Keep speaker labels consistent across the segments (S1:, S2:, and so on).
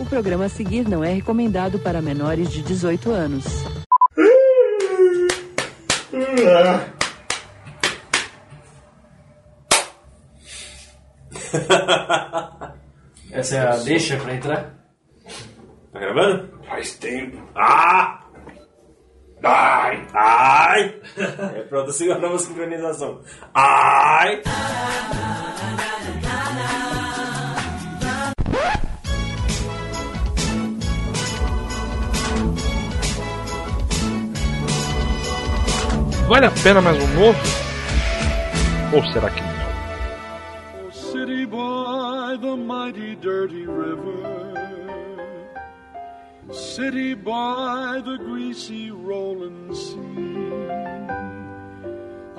S1: O programa a seguir não é recomendado para menores de 18 anos.
S2: Essa é a deixa pra entrar?
S3: Tá gravando?
S4: Faz tempo.
S3: Ah!
S4: Ai!
S3: Ai! É pronto, assim a nova sincronização. Ai!
S5: Vale a pena mais um novo? Ou será que não?
S6: city by the mighty dirty river, city by the greasy rolling sea.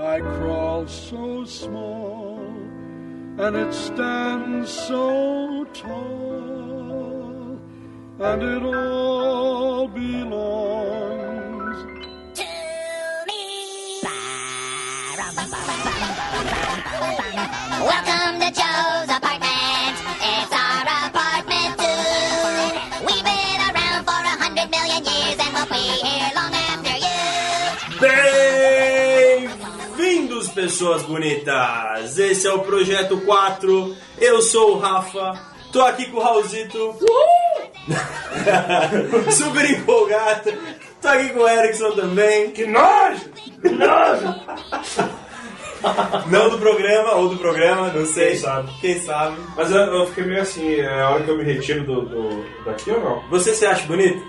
S6: I crawl so small and it stands so tall, and it all belongs
S7: Welcome to Joe's apartment. It's our apartment too. We've been around for a hundred million years and we'll be here long after you.
S3: Bem-vindos, pessoas bonitas! Esse é o Projeto 4. Eu sou o Rafa, tô aqui com o Raulzito. Super empolgado. Tô aqui com o Erickson também.
S4: Que nojo! Que nojo!
S3: Não do programa, ou do programa, não sei.
S2: Quem sabe.
S3: Quem sabe.
S4: Mas eu, eu fiquei meio assim, é a hora que eu me retiro do, do- daqui ou não?
S3: Você se acha bonito?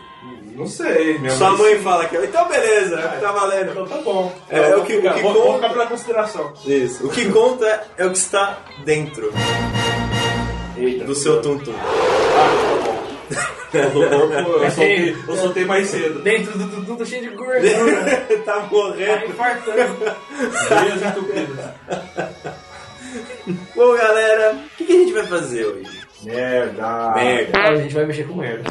S4: Não sei, minha
S3: Sua mãe fala que eu. Então beleza, tá valendo.
S4: Então tá bom.
S3: É, é o que- o que
S4: vou,
S3: conta.
S4: vou ficar pela consideração.
S3: Isso. O que conta é o que está dentro
S4: Eita.
S3: do seu tum-tum.
S4: do corpo, eu soltei, eu soltei mais cedo.
S2: Dentro do Dudu tô cheio de gordura. né?
S3: tá
S2: Tá
S3: morrendo.
S2: infartando.
S4: Veias entupidas.
S3: Bom, galera, o que, que a gente vai fazer hoje?
S4: Merda.
S3: Merda.
S2: Agora a gente vai mexer com merda.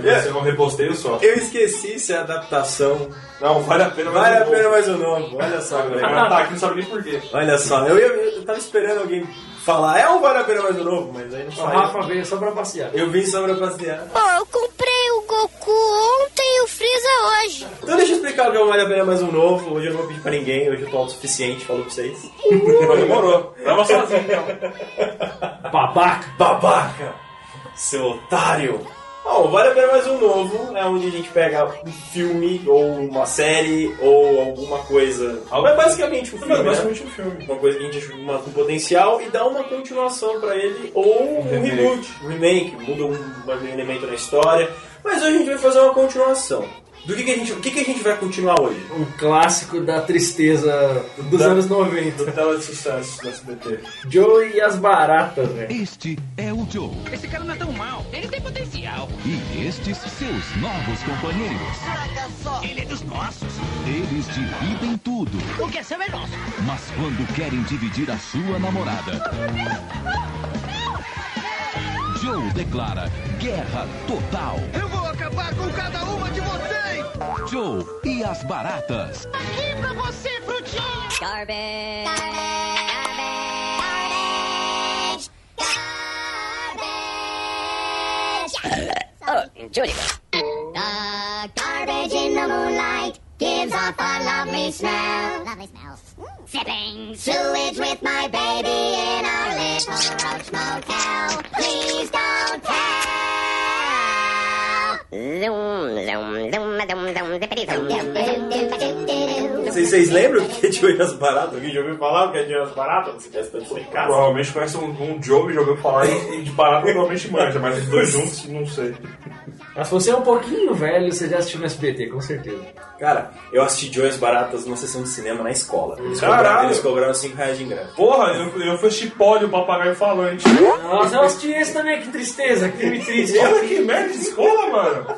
S4: Você é um rebosteio só.
S3: Eu esqueci essa adaptação.
S4: Não, vale a pena.
S3: Vale a
S4: mas eu
S3: pena
S4: vou.
S3: mais um novo. Olha só, galera.
S4: Ah, tá, que não sabe nem por quê.
S3: Olha só, eu, ia- eu tava esperando alguém falar, é um vale a pena mais um novo, mas aí não
S2: O
S3: saiu.
S2: Rafa veio só pra passear.
S3: Eu vim só pra passear.
S7: Oh, eu comprei o Goku ontem e o Freeza hoje.
S3: Então deixa eu explicar o que é um Vale a Pena Mais Um Novo. Hoje eu não vou pedir pra ninguém, hoje eu tô autossuficiente, falo pra vocês.
S4: Mas demorou. Tava sozinho, então.
S2: Babaca.
S3: Babaca! Seu otário! Bom, o Vale a Pena Mais Um Novo é onde a gente pega um filme, ou uma série, ou alguma coisa... É basicamente um filme,
S4: Mas
S3: né?
S4: basicamente um filme.
S3: Uma coisa que a gente achou uma, com potencial e dá uma continuação pra ele, ou um
S4: remake.
S3: reboot, um remake, muda um, um elemento na história. Mas hoje a gente vai fazer uma continuação. Do que, que a gente... O que, que a gente vai continuar hoje?
S2: Um clássico da tristeza dos
S3: Da-
S2: anos 90.
S4: Tela de sucesso da SBT.
S2: Joe e as baratas, velho.
S8: Este é o Joe. Esse cara não é tão mal, ele tem potencial. E estes seus novos companheiros. Ele é dos nossos. Eles dividem tudo. O que é seu é nosso. Mas quando querem dividir a sua namorada. Joe declara guerra total. Eu vou acabar com cada uma de vocês! Joe e as baratas.
S7: Garbage. Garbage. Garbage. Garbage. Oh, Julia. The garbage in the moonlight gives off a lovely smell. Lovely smell. Sipping sewage with my baby in our little roach motel. Please don't tell.
S9: Zoom, zoom, zoom, zoom, zoom, zippity zoom, zoom.
S7: Doo-ba-doo-ba-doo-ba-doo-ba-doo.
S3: Vocês, vocês lembram o que é de olhas baratas? Alguém já ouviu falar o que é de olhas baratas? Você quer estar em casa?
S4: Provavelmente conhece um, um Joe jogando falar e, e de barato provavelmente manja, mas os dois juntos, não sei.
S2: Mas se você é um pouquinho velho, você já assistiu no SBT, com certeza.
S3: Cara, eu assisti de olhas baratas numa sessão de cinema na escola. Eles
S4: Caralho!
S3: cobraram, eles cobraram 5 reais de ingresso.
S4: Porra, eu, eu fui chipólio, o papagaio falante.
S2: Nossa, eu assisti esse também, que tristeza, que filme triste.
S4: Olha que merda de escola, mano.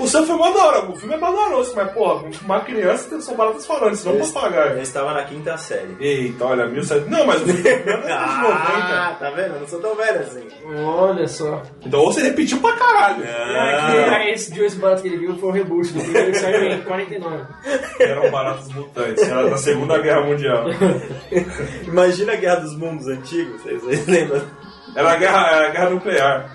S4: O seu filme é da hora, o filme é badoroso, mas porra, uma criança tem são baratas falantes, não um
S3: Eu
S4: papagaio.
S3: estava na quinta série.
S4: Eita, olha, mil sete... Não, mas o filme é da
S3: Ah,
S4: década de 90.
S3: tá vendo? Eu não sou tão velho assim.
S2: Olha só.
S4: Então ou você repetiu pra caralho.
S2: Aqui, ah, esse Joe e as baratas que ele viu foi o reboot do primeiro que saiu em 49.
S4: É, Eram baratas mutantes, era da Segunda Guerra Mundial.
S3: Imagina a Guerra dos Mundos antigos, vocês, vocês lembram?
S4: Era a guerra, era a guerra nuclear.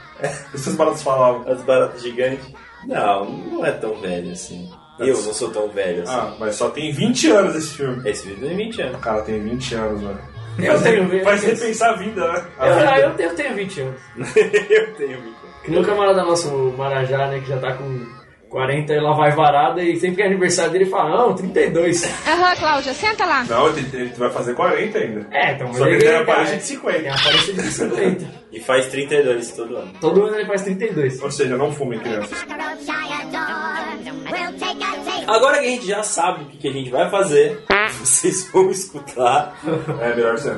S4: Essas baratas falavam.
S3: As baratas gigantes. Não, não é tão velho assim. Eu não sou tão velho assim.
S4: Ah, mas só tem 20 anos esse filme.
S3: Esse vídeo tem 20 anos.
S4: O cara tem 20 anos, velho.
S2: Eu tenho 20
S4: Faz
S2: anos.
S4: repensar a vida, né? A
S2: Eu, ah,
S4: vida.
S2: eu, tenho- eu tenho 20 anos.
S3: eu tenho 20 anos.
S2: Que nem o camarada nosso, o Marajá, né, que já tá com 40 e lá vai varada, e sempre que é aniversário dele fala, não, 32.
S10: Aham, Cláudia, senta lá.
S4: Ah, Não, ele, ele vai fazer 40 ainda.
S2: É, então, mas
S4: Só que ele tem a
S2: cara,
S4: aparência de 50.
S2: tem a aparência de 50.
S3: E faz 32 todo ano.
S2: Todo ano Então, ele faz 32.
S4: Ou seja, não fume, criança.
S7: Cockroach I adore. We'll take a taste.
S3: Agora que a gente já sabe o que, que a gente vai fazer, vocês vão escutar,
S4: É melhor você.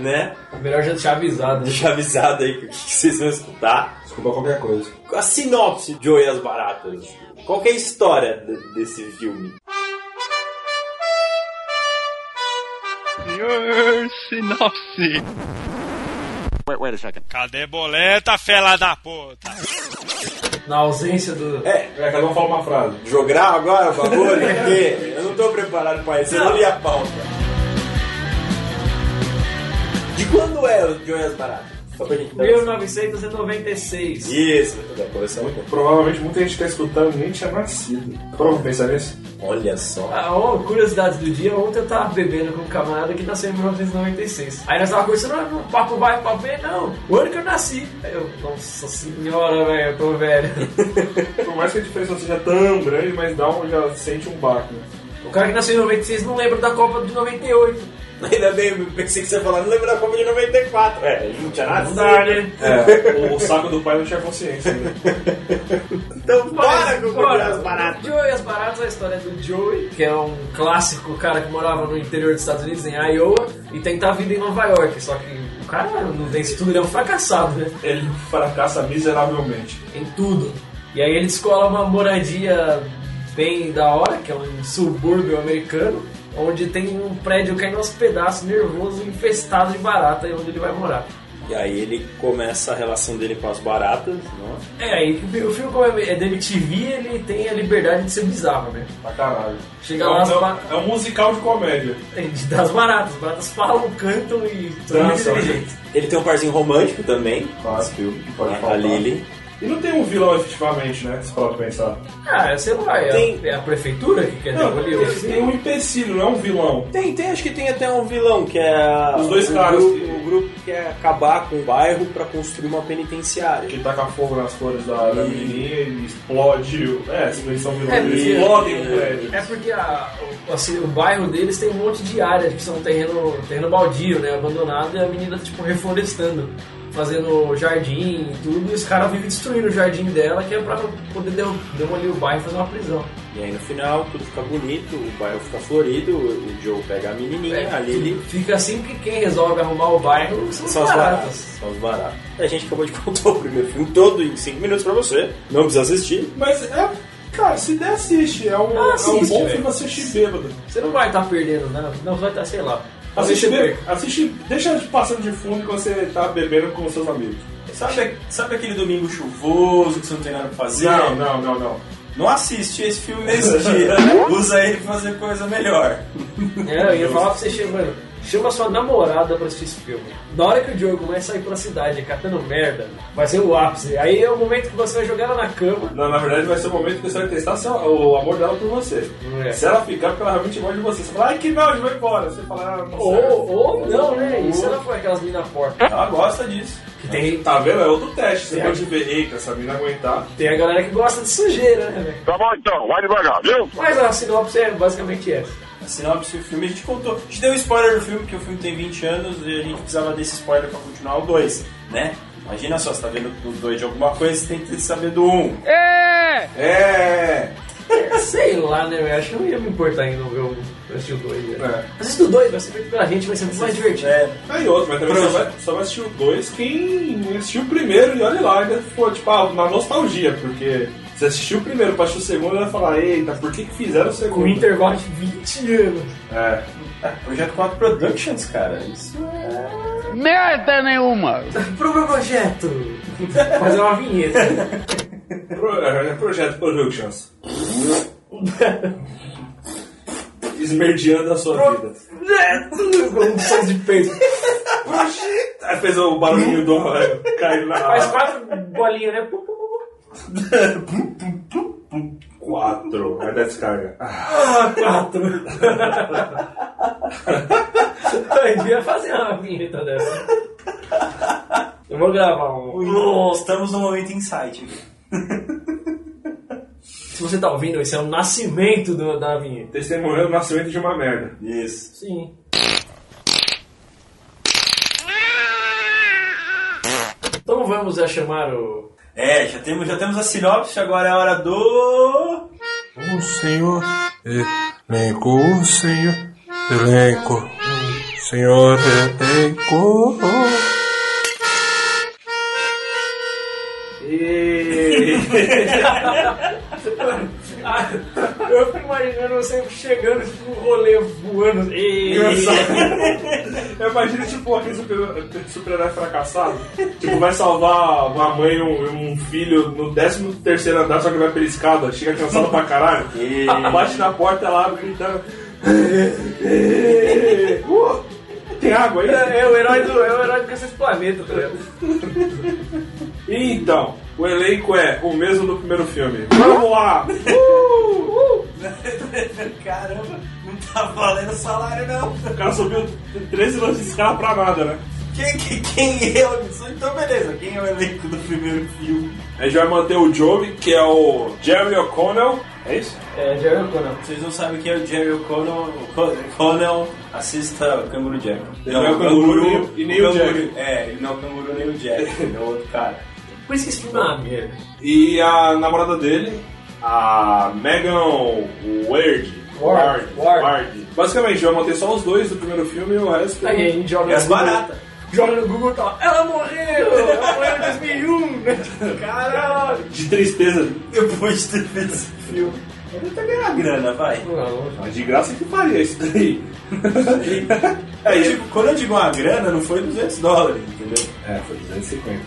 S3: né?
S2: Melhor já deixar avisado. né?
S3: Deixa avisado aí o que, que vocês vão escutar.
S4: Desculpa qualquer coisa.
S3: A sinopse de Oi as Baratas. Qual que é a história de- desse filme?
S11: Senhor Sinopse.
S12: Cadê boleta, fela da puta?
S2: Na ausência do.
S3: É,
S4: É, cada um fala uma frase.
S3: jogar agora o bagulho? Porque eu não tô preparado pra isso, eu não li a pauta. De quando é o de Oi as Baratas? Só pra gente dar
S2: 1996.
S3: Isso, muito bem, começamos bem.
S4: Provavelmente muita gente que tá escutando nem tinha nascido. Prova pensar nisso?
S3: Olha só.
S2: Ah, ó, curiosidades do dia, ontem eu tava bebendo com um camarada que nasceu em 1996. Aí nós tava conversando, ah, não, papo vai, papo vem, não, o ano que eu nasci. Aí eu, nossa senhora, velho, eu tô velho.
S4: Por mais que a diferença não seja tão grande, mas dá um, já sente um baque. né?
S2: o cara que nasceu em 96 não lembra da Copa de 98.
S3: Ainda bem, eu pensei que você ia falar, não lembra da Copa de 94. É, a gente não tinha
S2: Não
S3: nascido.
S2: dá, né?
S4: É, o saco do pai não tinha consciência. Né?
S3: Então bora com
S2: Mas,
S3: o
S2: bora.
S3: Cobras Baratas.
S2: Joey e as Baratas é a história do Joey, que é um clássico cara que morava no interior dos Estados Unidos, em Iowa, e tenta a vida em Nova York. Só que o cara não tem isso tudo, ele é um fracassado, né?
S4: Ele fracassa miseravelmente.
S2: em tudo. E aí ele descola uma moradia bem da hora, que é um subúrbio americano, onde tem um prédio caindo aos pedaços, nervoso, infestado de barata, é onde ele vai morar.
S3: E aí ele começa a relação dele com as baratas, né? não?
S2: É, aí o filme como é é da MTV, ele tem a liberdade de ser bizarro, né?
S4: Pra caralho.
S2: Chega
S4: é,
S2: lá,
S4: um-
S2: as
S4: é um-
S2: ba-
S4: é um musical de comédia.
S2: Tem de- das baratas, as baratas falam, cantam e são muito
S4: Dançam,
S2: inteligentes.
S3: Ele tem um parzinho romântico também, Né?
S4: Claro, que pode
S3: a
S4: faltar.
S3: Lily.
S4: E não tem um vilão efetivamente, né? Se for pra pensar.
S2: Ah, sei lá, é,
S3: Tem-
S2: a, é a prefeitura que quer
S4: Não,
S2: demolir o
S4: tem, tem um empecilho, não é um vilão.
S3: Tem, tem, acho que tem até um vilão, que é a-
S4: Os dois
S3: o
S4: caras
S3: Grupo,
S4: que-
S3: O grupo que quer acabar com o bairro pra construir uma penitenciária.
S4: Que taca fogo nas flores da, da menininha e explode. o- É, se eles são vilões,
S2: É,
S4: eles
S2: porque-
S4: explodem o um prédio.
S2: É porque a- o- assim, o bairro deles tem um monte de áreas que são terreno, terreno baldio, né? Abandonado, e a menina, tipo, reflorestando, fazendo jardim e tudo, e os caras vivem destruindo o jardim dela, que é pra poder dem- demolir o bairro e fazer uma prisão.
S3: E aí no final tudo fica bonito, o bairro fica florido, o Joe pega a menininha, a Lily.
S2: É, Fica assim que quem resolve arrumar o bairro são,
S3: São
S2: os
S3: as baratas.
S2: baratas.
S3: São as baratas. A gente acabou de contar o primeiro filme todo em 5 minutos pra você. Não precisa assistir.
S4: Mas é. Cara, se der, assiste. É um,
S2: Ah,
S4: é um
S2: assiste,
S4: bom
S2: velho.
S4: filme assistir bêbado.
S2: Você não vai estar perdendo, né? Não, vai estar, sei lá.
S4: Assiste,
S2: Talvez você
S4: bê- assiste, deixa passando de fundo quando você tá bebendo com seus amigos.
S3: Sabe, sabe aquele domingo chuvoso que você não tem nada pra fazer?
S4: Não, não, não, não.
S3: Não assiste esse filme nesse dia. Usa ele pra fazer coisa melhor.
S2: É, eu ia falar pra você, chama, mano, chama sua namorada pra assistir esse filme. Na hora que o Diogo começa a ir pra cidade catando merda, vai ser o ápice. Aí é o momento que você vai jogar ela na cama.
S4: Na, na verdade, vai ser o momento que você vai testar seu- o amor dela por você.
S2: É.
S4: Se ela ficar porque ela realmente gosta de você, você fala, ai que nojo, vou embora. Você fala, ah, não serve.
S2: Ou, ou não, né? E se ela for aquelas meninas porcas?
S4: Ela gosta disso.
S2: Tem,
S4: Tá vendo? É outro teste. Você
S2: Tem.
S4: pode ver, eita, essa mina aguentar.
S2: tem a galera que gosta de sujeira, né, velho?
S11: Tá bom então, vai devagar, viu?
S2: Mas a sinopse é basicamente essa.
S3: A sinopse do filme a gente contou. A gente deu um spoiler do filme, porque o filme tem 20 anos e a gente precisava desse spoiler pra continuar o 2, né? Imagina só, você tá vendo o 2 de alguma coisa, você tem que saber do 1. Um.
S4: É!
S2: Sei lá, né, velho? Acho que eu não ia me importar ainda ver o assistir o 2, né?
S4: É.
S2: Assista o 2, vai ser feito pela gente, vai ser muito mais divertido.
S3: É,
S4: Aí tá outro, mas também só
S3: Pronto.
S4: vai, só vai assistir o dois quem assistiu o primeiro e olha lá, ainda ficou tipo, ah, na nostalgia, porque se assistiu o primeiro pra assistir o segundo, vai falar, eita, por que, que fizeram o
S2: Com o
S4: segundo?
S2: intervalo de 20 anos.
S4: É.
S3: Projeto 4 Productions, cara. Isso é
S13: Merda nenhuma!
S2: Pro meu projeto! Fazer uma vinheta.
S4: Pro- é, Projeto Productions. Esmerdeando a sua vida.
S2: Projeto! Com um som de peito. Projeto!
S4: Aí fez o barulhinho do caindo na
S2: Faz quatro bolinhas, né? Pum, pum, pum, pum.
S4: Quatro. Aí dá descarga.
S2: Ah, quatro. Eu devia fazer uma vinheta dessa. Eu vou gravar um.
S3: Estamos no momento insight.
S2: Se você tá ouvindo, esse é o nascimento do- da vinheta.
S4: Testemunhando o nascimento de uma merda.
S14: Isso.
S2: Sim. Então vamos a chamar o.
S3: É, já temos, já temos a sinopse, agora é a hora do.
S4: O senhor elenco, o senhor elenco, o senhor elenco.
S2: Ah, eu fico imaginando você chegando, tipo, um rolê voando. E...
S4: Eu imagino, tipo, aquele super- super-herói fracassado. Tipo, vai salvar uma mãe e um, um filho no 13 terceiro andar, só que vai pela escada. Chega cansado pra caralho.
S14: E-
S4: Bate na porta, ela abre gritando. Uh, tem água aí?
S2: É, é o herói do, é o herói do Cacete Planeta, tá ligado?
S4: Então, o elenco é o mesmo do primeiro filme. Vamos lá!
S3: Caramba, não tá valendo salário não.
S4: O cara subiu 13 lances de escala pra nada, né?
S3: Quem, quem, quem é o. Então beleza, quem é o elenco do primeiro filme?
S4: A gente vai manter o Joby, que é o Jerry O'Connell. É isso?
S2: É, Jerry O'Connell.
S3: Vocês não sabem quem é o Jerry O'Connell. O'Connell assista o Canguru Jack.
S4: Ele não é o canguru e nem o
S3: canguru-
S4: Jack.
S3: É, ele não é o canguru nem o Jack, ele é o outro cara.
S2: Por isso que esse filme é uma merda.
S4: E a namorada dele, a Megan Ward.
S2: Ward. Ward.
S4: Basicamente, vai manter só os dois do primeiro filme e o resto.
S2: Aí a gente joga
S3: E as
S2: Google-
S3: baratas.
S2: Joga no Google e tá lá, ela morreu! Ela morreu em 2001! né? Tipo, Caralho!
S4: De tristeza.
S3: Depois de ter feito esse filme. Ele tá ganhando grana, vai.
S2: Não,
S4: Mas de graça que faria isso daí. tipo,
S3: É, eu digo, quando eu digo uma grana, não foi 200 dólares, entendeu?
S4: É, foi 250.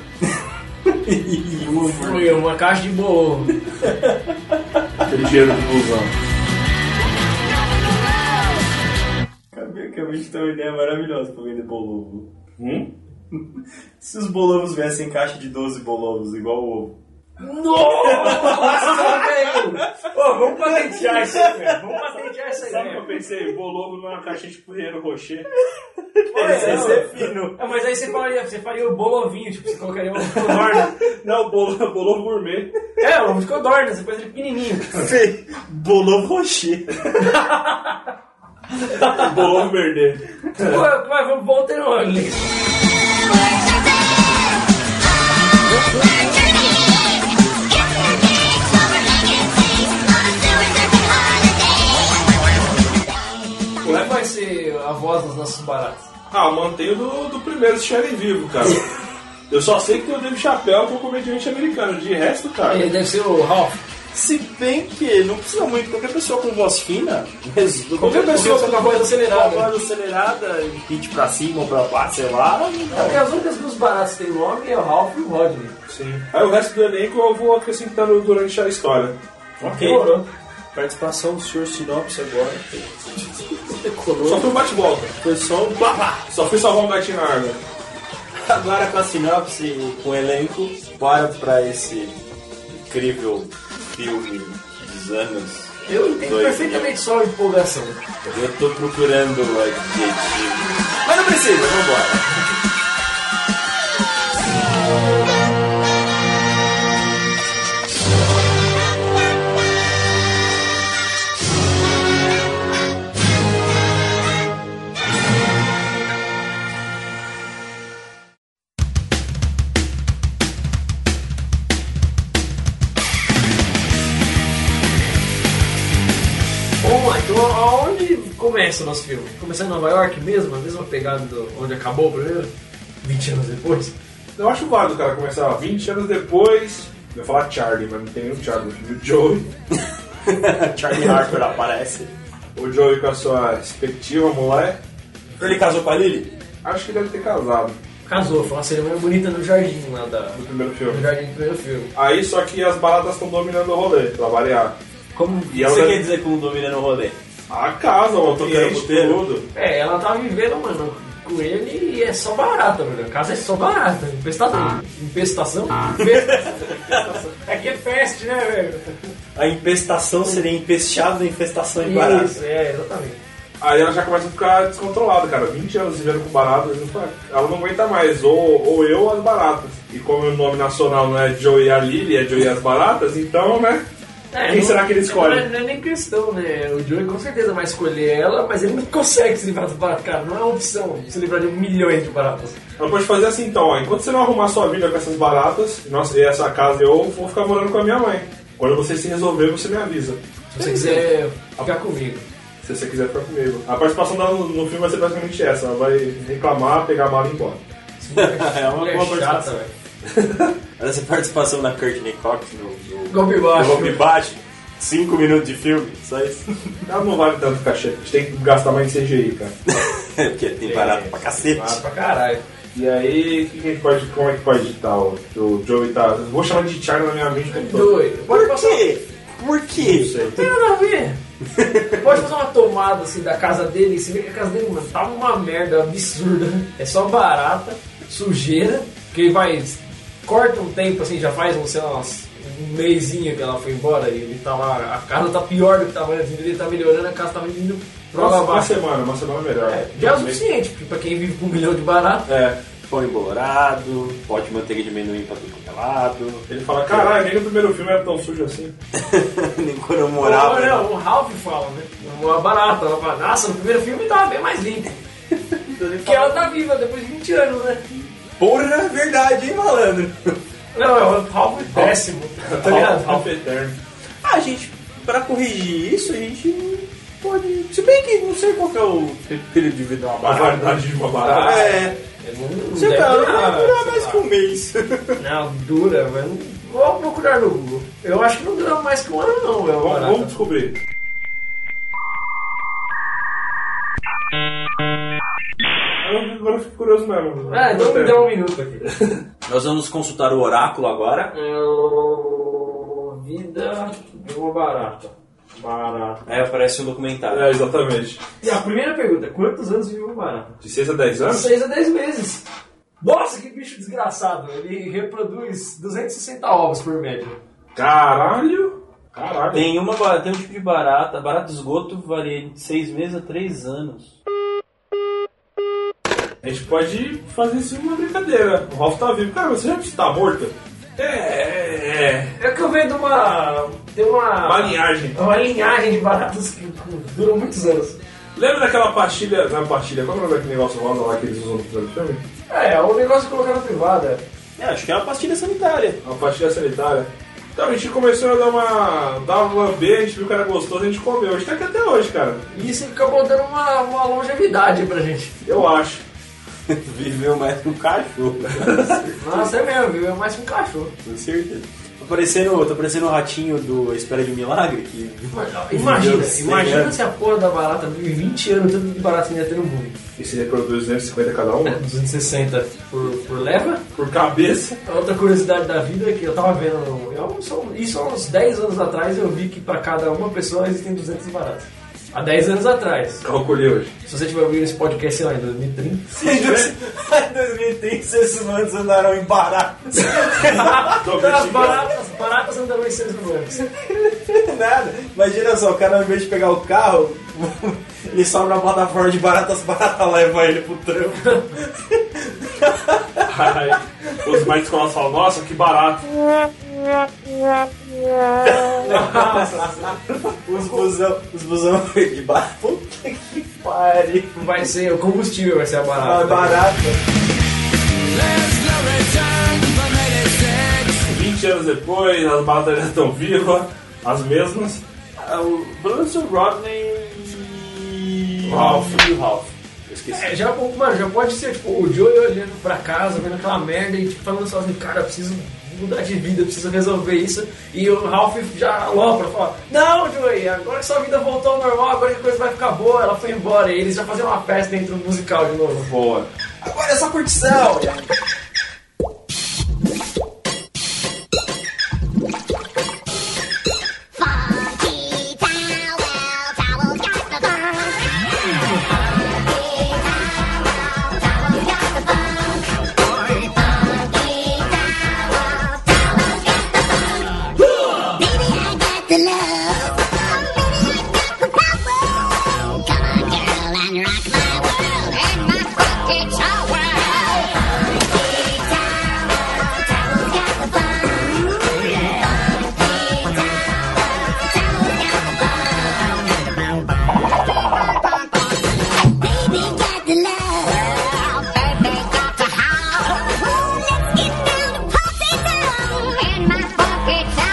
S3: e um hambúrguer.
S2: foi uma caixa de bolo.
S4: Aquele dinheiro de busão.
S3: Acabei, acabei de ter uma ideia maravilhosa pra vender bolovo.
S4: Hum?
S3: Se os bolovos viessem em caixa de 12 bolovos, igual o ovo.
S2: Nossa, velho! Ô, vamos patentear isso aí, velho. Vamos patentear isso aí,
S4: Sabe o que eu
S2: velho.
S4: pensei? Bolovo numa caixinha de Ferreiro Rocher.
S3: Esse,
S2: é,
S3: esse é fino.
S2: É, mas aí você faria, você faria o bolovinho, tipo, você colocaria o codorna.
S4: Não, bolo, bolovo gourmet.
S2: É, o de codorna, você faz ele pequenininho.
S3: Fe- Bolovo rocher.
S4: Bolovo verde.
S2: Pô, é mas vamos voltar no ano. Como é que vai ser a voz das nossas baratas?
S4: Ah, mantém o do, do primeiro Sheriff vivo, cara. Eu só sei que tem o Dave Chapéu que é um comediante americano. De resto, cara.
S2: Ele deve ser o Ralph.
S3: Se bem que não precisa muito, qualquer pessoa com voz fina, resu-
S2: Qualquer pessoa com a voz
S3: com
S2: acelerada.
S3: a voz acelerada, e pitch pra cima ou pra baixo, sei lá,
S2: É, Porque as únicas duas baratas que tem nome é o Ralph e o Rodney.
S4: Sim. Aí o resto do elenco eu vou acrescentando durante a história.
S3: ok.
S2: Demorou.
S3: Participação do senhor Sinopse agora.
S4: Só foi um bate-volta.
S3: Foi só um babá.
S4: Só fui salvar um gatinho na água.
S3: Agora com a sinopse e com o elenco, bora pra esse incrível filme dos anos.
S2: Eu entendo
S3: Dois,
S2: perfeitamente só a empolgação.
S3: Eu tô procurando o adjetivo. Mas não precisa, vambora.
S2: Vamos lá, então aonde começa o nosso filme? Começar em Nova York mesmo? A mesma pegada do onde acabou o primeiro? 20 anos depois?
S4: Eu acho válido, cara, começar 20 anos depois. Eu ia falar Charlie, mas não tem nenhum Charlie. O Joey.
S3: Charlie Harper aparece.
S4: O Joey com a sua respectiva mulher.
S3: Ele casou com a Lily?
S4: Acho que deve ter casado
S2: Casou, foi uma cerimônia bonita no jardim lá da.
S4: no primeiro
S2: No
S4: filme.
S2: jardim do primeiro filme.
S4: Aí só que as baratas estão dominando o rolê, pra variar.
S2: Como.
S4: E é
S3: O que você quer
S4: ela
S3: dizer com o domínio no rolê?
S4: a casa, o ambiente,
S3: boteiro.
S4: tudo.
S2: É, ela tava tá vivendo, mano, com ele e é só barata, velho. A casa é só barata. Empestação. Empestação? Empestação. Aqui é fest, né, velho?
S3: A empestação seria empesteado na infestação de barato.
S2: Isso, é, exatamente.
S4: Aí ela já começa a ficar descontrolada, cara. 20 anos vivendo com barato, ela não tá- ela não aguenta mais. Ou, ou eu ou as baratas. E como o nome nacional não é Joey a Lily, é Joey as baratas, então, né?
S2: É,
S4: Quem
S2: não-
S4: será que ele escolhe?
S2: Não é, não é nem questão, né? O Joey com certeza vai escolher ela, mas ele não consegue se livrar do barato, cara. Não é uma opção se livrar de milhões de baratas.
S4: Ela pode fazer assim, então, ó. Enquanto você não arrumar sua vida com essas baratas, nossa, e essa casa eu vou ficar morando com a minha mãe. Quando você se resolver, você me avisa.
S2: Se você
S3: é.
S2: quiser ficar comigo.
S4: Se você quiser ficar comigo. A participação dela no, no filme vai ser basicamente essa. Ela vai reclamar, pegar a mala e ir embora.
S3: É uma
S2: Mulher
S3: boa
S2: chata,
S3: participação.
S2: velho.
S3: Olha essa participação da Courtney Cox no, no,
S2: Golpe baixo.
S3: no Golpe Baixo. Cinco minutos de filme, só isso.
S4: Ela não vale tanto cachê. A gente tem que gastar mais em CGI, cara.
S3: É Porque tem barato pra cacete.
S2: Ah, pra caralho.
S4: E aí, o que que a gente pode, como é que pode editar o, o Joey tá... eu Vou chamar de Charlie na minha mente o tempo todo.
S2: Doido. Pode
S3: Por
S2: passar.
S3: quê? Por
S4: Não
S3: quê?
S4: sei.
S2: Tem nada a ver. Pode fazer uma tomada assim da casa dele, se vê que a casa dele, mano, tava uma merda absurda. É só barata, sujeira, que ele vai. Corta um tempo assim, já faz um, sei lá, umas- um mêsinho que ela foi embora e ele tá lá. A casa tá pior do que tava antes, ele tá melhorando, a casa tava indo pro
S4: Uma, uma
S2: abaixo.
S4: semana, uma semana melhor.
S2: É, Já é o suficiente, porque pra quem vive com um milhão de barata,
S4: É.
S3: Pão embolorado, pote de manteiga de amendoim pra
S4: é
S3: tudo pelado.
S4: Ele fala, caralho, nem o primeiro filme era tão sujo assim.
S3: Nem quando eu morava.
S2: olha, é, o Ralph fala, né? Uma barata, ela fala, nossa, no primeiro filme tava bem mais limpo. Porque ela tá viva depois de 20 anos, né?
S3: né? Porra, é verdade, hein, malandro?
S2: Não, é um palmo péssimo. Tá
S4: Alf,
S2: ligado?
S4: Alf Eterno.
S3: Ah, gente, pra corrigir isso, a gente pode. Se bem que não sei qual que é o período de vida da
S4: A
S3: barata.
S4: variedade
S2: Tá.
S4: de uma barata.
S3: É,
S2: Você
S3: você tá, não vai durar mais que um mês.
S2: Não, dura, mas não- Vou procurar no Google. Eu acho que não dura mais que um ano, não, é uma
S4: Vamos, vamos
S2: barata.
S4: descobrir. Agora eu- Agora eu fico curioso mesmo.
S2: Ah, então me dá um minuto aqui.
S3: Nós vamos consultar o oráculo agora.
S2: É, Vida de uma barata. Barata.
S3: Aí aparece um documentário.
S4: É, exatamente.
S2: E a primeira pergunta: quantos anos vive uma barata?
S4: De 6 a 10 anos?
S2: 6 a 10 meses. Nossa, que bicho desgraçado. Ele reproduz 260 ovos por média.
S4: Caralho! Caralho!
S15: Tem, uma, ba- tem um tipo de barata, barata de esgoto varia de 6 meses a 3 anos.
S4: A gente pode fazer isso uma brincadeira. O Ralph tá vivo. Cara, mas você já está morto? É, é, é.
S2: É que eu venho de uma. De uma.
S4: Uma linhagem.
S2: É uma linhagem de baratas que duram muitos anos.
S4: Lembra daquela pastilha. Não é pastilha, qual é o nome daquele negócio rosa lá que eles usam no primeiro filme?
S2: É, é um negócio de colocar na privada.
S3: É, acho que é uma pastilha sanitária.
S4: Uma pastilha sanitária. Então a gente começou a dar uma. dar uma lambê, a gente viu que era gostoso, a gente comeu. A gente tá aqui até hoje, cara.
S2: E isso acabou dando uma, uma longevidade pra gente.
S4: Eu acho.
S3: Viveu mais que um cachorro.
S2: Nossa, é mesmo, viu? É mais que um cachorro.
S3: Com certeza. Tô parecendo, tô parecendo o tá um ratinho do Espera de um Milagre, que
S2: Imagina,
S3: Deus,
S2: imagina
S3: né?
S2: se a porra da barata vive 20 anos tanto de barata que ia ter no mundo.
S4: E se reproduz 250 cada
S2: É,
S4: uma?
S2: 260 por, por leva.
S4: Por cabeça.
S2: Outra curiosidade da vida é que eu tava vendo, eu sou, isso há uns 10 anos atrás eu vi que pra cada uma pessoa existem 200 baratas. Há 10 anos atrás.
S4: Calculei hoje.
S2: Se você tiver ouvindo esse podcast, sei lá, em 2030.
S3: Em dois- em 2003, seres humanos andaram em baratas.
S4: Tô
S2: As
S4: mentindo.
S2: baratas, baratas andarão em seres humanos.
S3: Nada. Imagina só, o cara, ao invés de pegar o carro, ele sobe na plataforma de baratas, barata leva ele pro trampo.
S4: Ai, Os mais descolados falam, nossa, que barato.
S3: Os busão, os busão de barata. Puta que pariu.
S2: Vai ser o combustível, vai ser a barata.
S3: Ah, barata.
S4: 20 anos depois, as baratas já estão vivas, as mesmas.
S15: Ah, o- Pelo menos o Rodney e.
S4: Ralph.
S15: E o Ralph. Eu esqueci.
S2: É, já, mano, já pode ser tipo, o Joey olhando pra casa, vendo aquela merda e tipo, falando sozinho, cara, eu preciso mudar de vida, eu preciso resolver isso. E o Ralph já alopra, fala, não, Joey, agora que sua vida voltou ao normal, agora que a coisa vai ficar boa, ela foi embora. E eles já faziam uma festa dentro do musical de novo.
S4: Boa.
S3: Agora é só curtição.
S7: Funky towel, towel's got the fun. Funky towel, the love. Oh, baby, I've got the power. Come on, girl, and rock my world and my fucking show world. Big town, town's got the fun. Big town, town's got the fun. Baby, got the love. Baby, got the howl. Ooh, let's get down to party town in my fucking town.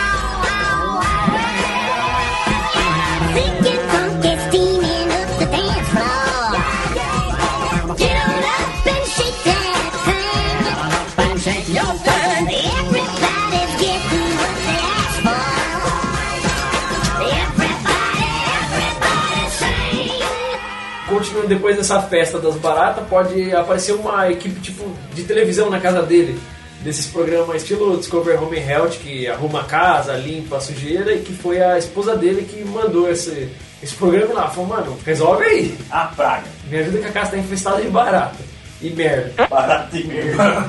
S7: Thinking funk is steaming up the dance floor. Get on up and shake that thing. And shake your thing. Everybody's getting what they asked for. Everybody, everybody sing.
S2: Continuando depois dessa festa das baratas, pode aparecer uma equipe tipo de televisão na casa dele. Desses programas estilo Discover Home and Health, que arruma a casa, limpa a sujeira, e que foi a esposa dele que mandou esse, esse programa lá. Falou, mano, resolve aí.
S3: A praga.
S2: Me ajuda que a casa tá infestada de barata. E merda.
S3: Barata e merda.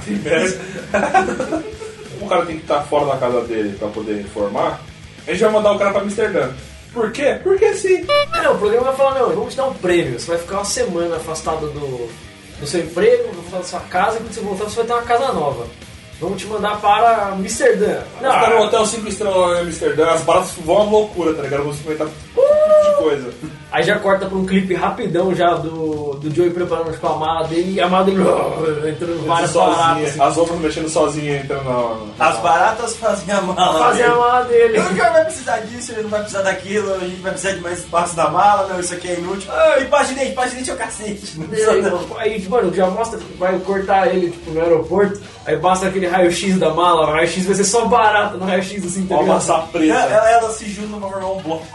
S4: o cara tem que estar fora da casa dele pra poder informar, a gente vai mandar o cara pra Amsterdã. Por quê? Porque sim.
S2: Ah, Não, o programa vai falar, não, vamos te dar um prêmio. Você vai ficar uma semana afastado do, do seu emprego, da sua casa, e quando você voltar, você vai ter uma casa nova. Vamos te mandar para Amsterdã.
S4: Não,
S3: Ah,
S4: tá no hotel 5 estrelas lá em Amsterdã, as baratas vão à loucura, tá ligado? Vão experimentar todo tipo de coisa.
S2: Aí já corta pra um clipe rapidão já do, do Joey preparando tipo, a mala dele e a mala dele entrando várias assim.
S4: sozinha,
S3: assim.
S2: paradas.
S4: as roupas mexendo sozinha, então, entrando na... na-
S3: As baratas fazem a mala. né?
S2: Fazer a
S3: dele.
S2: mala dele.
S3: Ele nunca vai precisar disso, ele não vai precisar daquilo, a gente vai precisar de mais espaço na mala, não, isso aqui é inútil. Ah, imaginei, imaginei é o cacete. Não precisa não.
S2: Aí, tipo, mano, já mostra, vai cortar ele tipo, no aeroporto, aí basta aquele raio-x da mala, o raio-x vai ser só barato no raio-x assim, tá
S4: Ó, uma
S2: ligado?
S4: maçã preta.
S3: Ela, ela- ela se junta pra formar um bloco.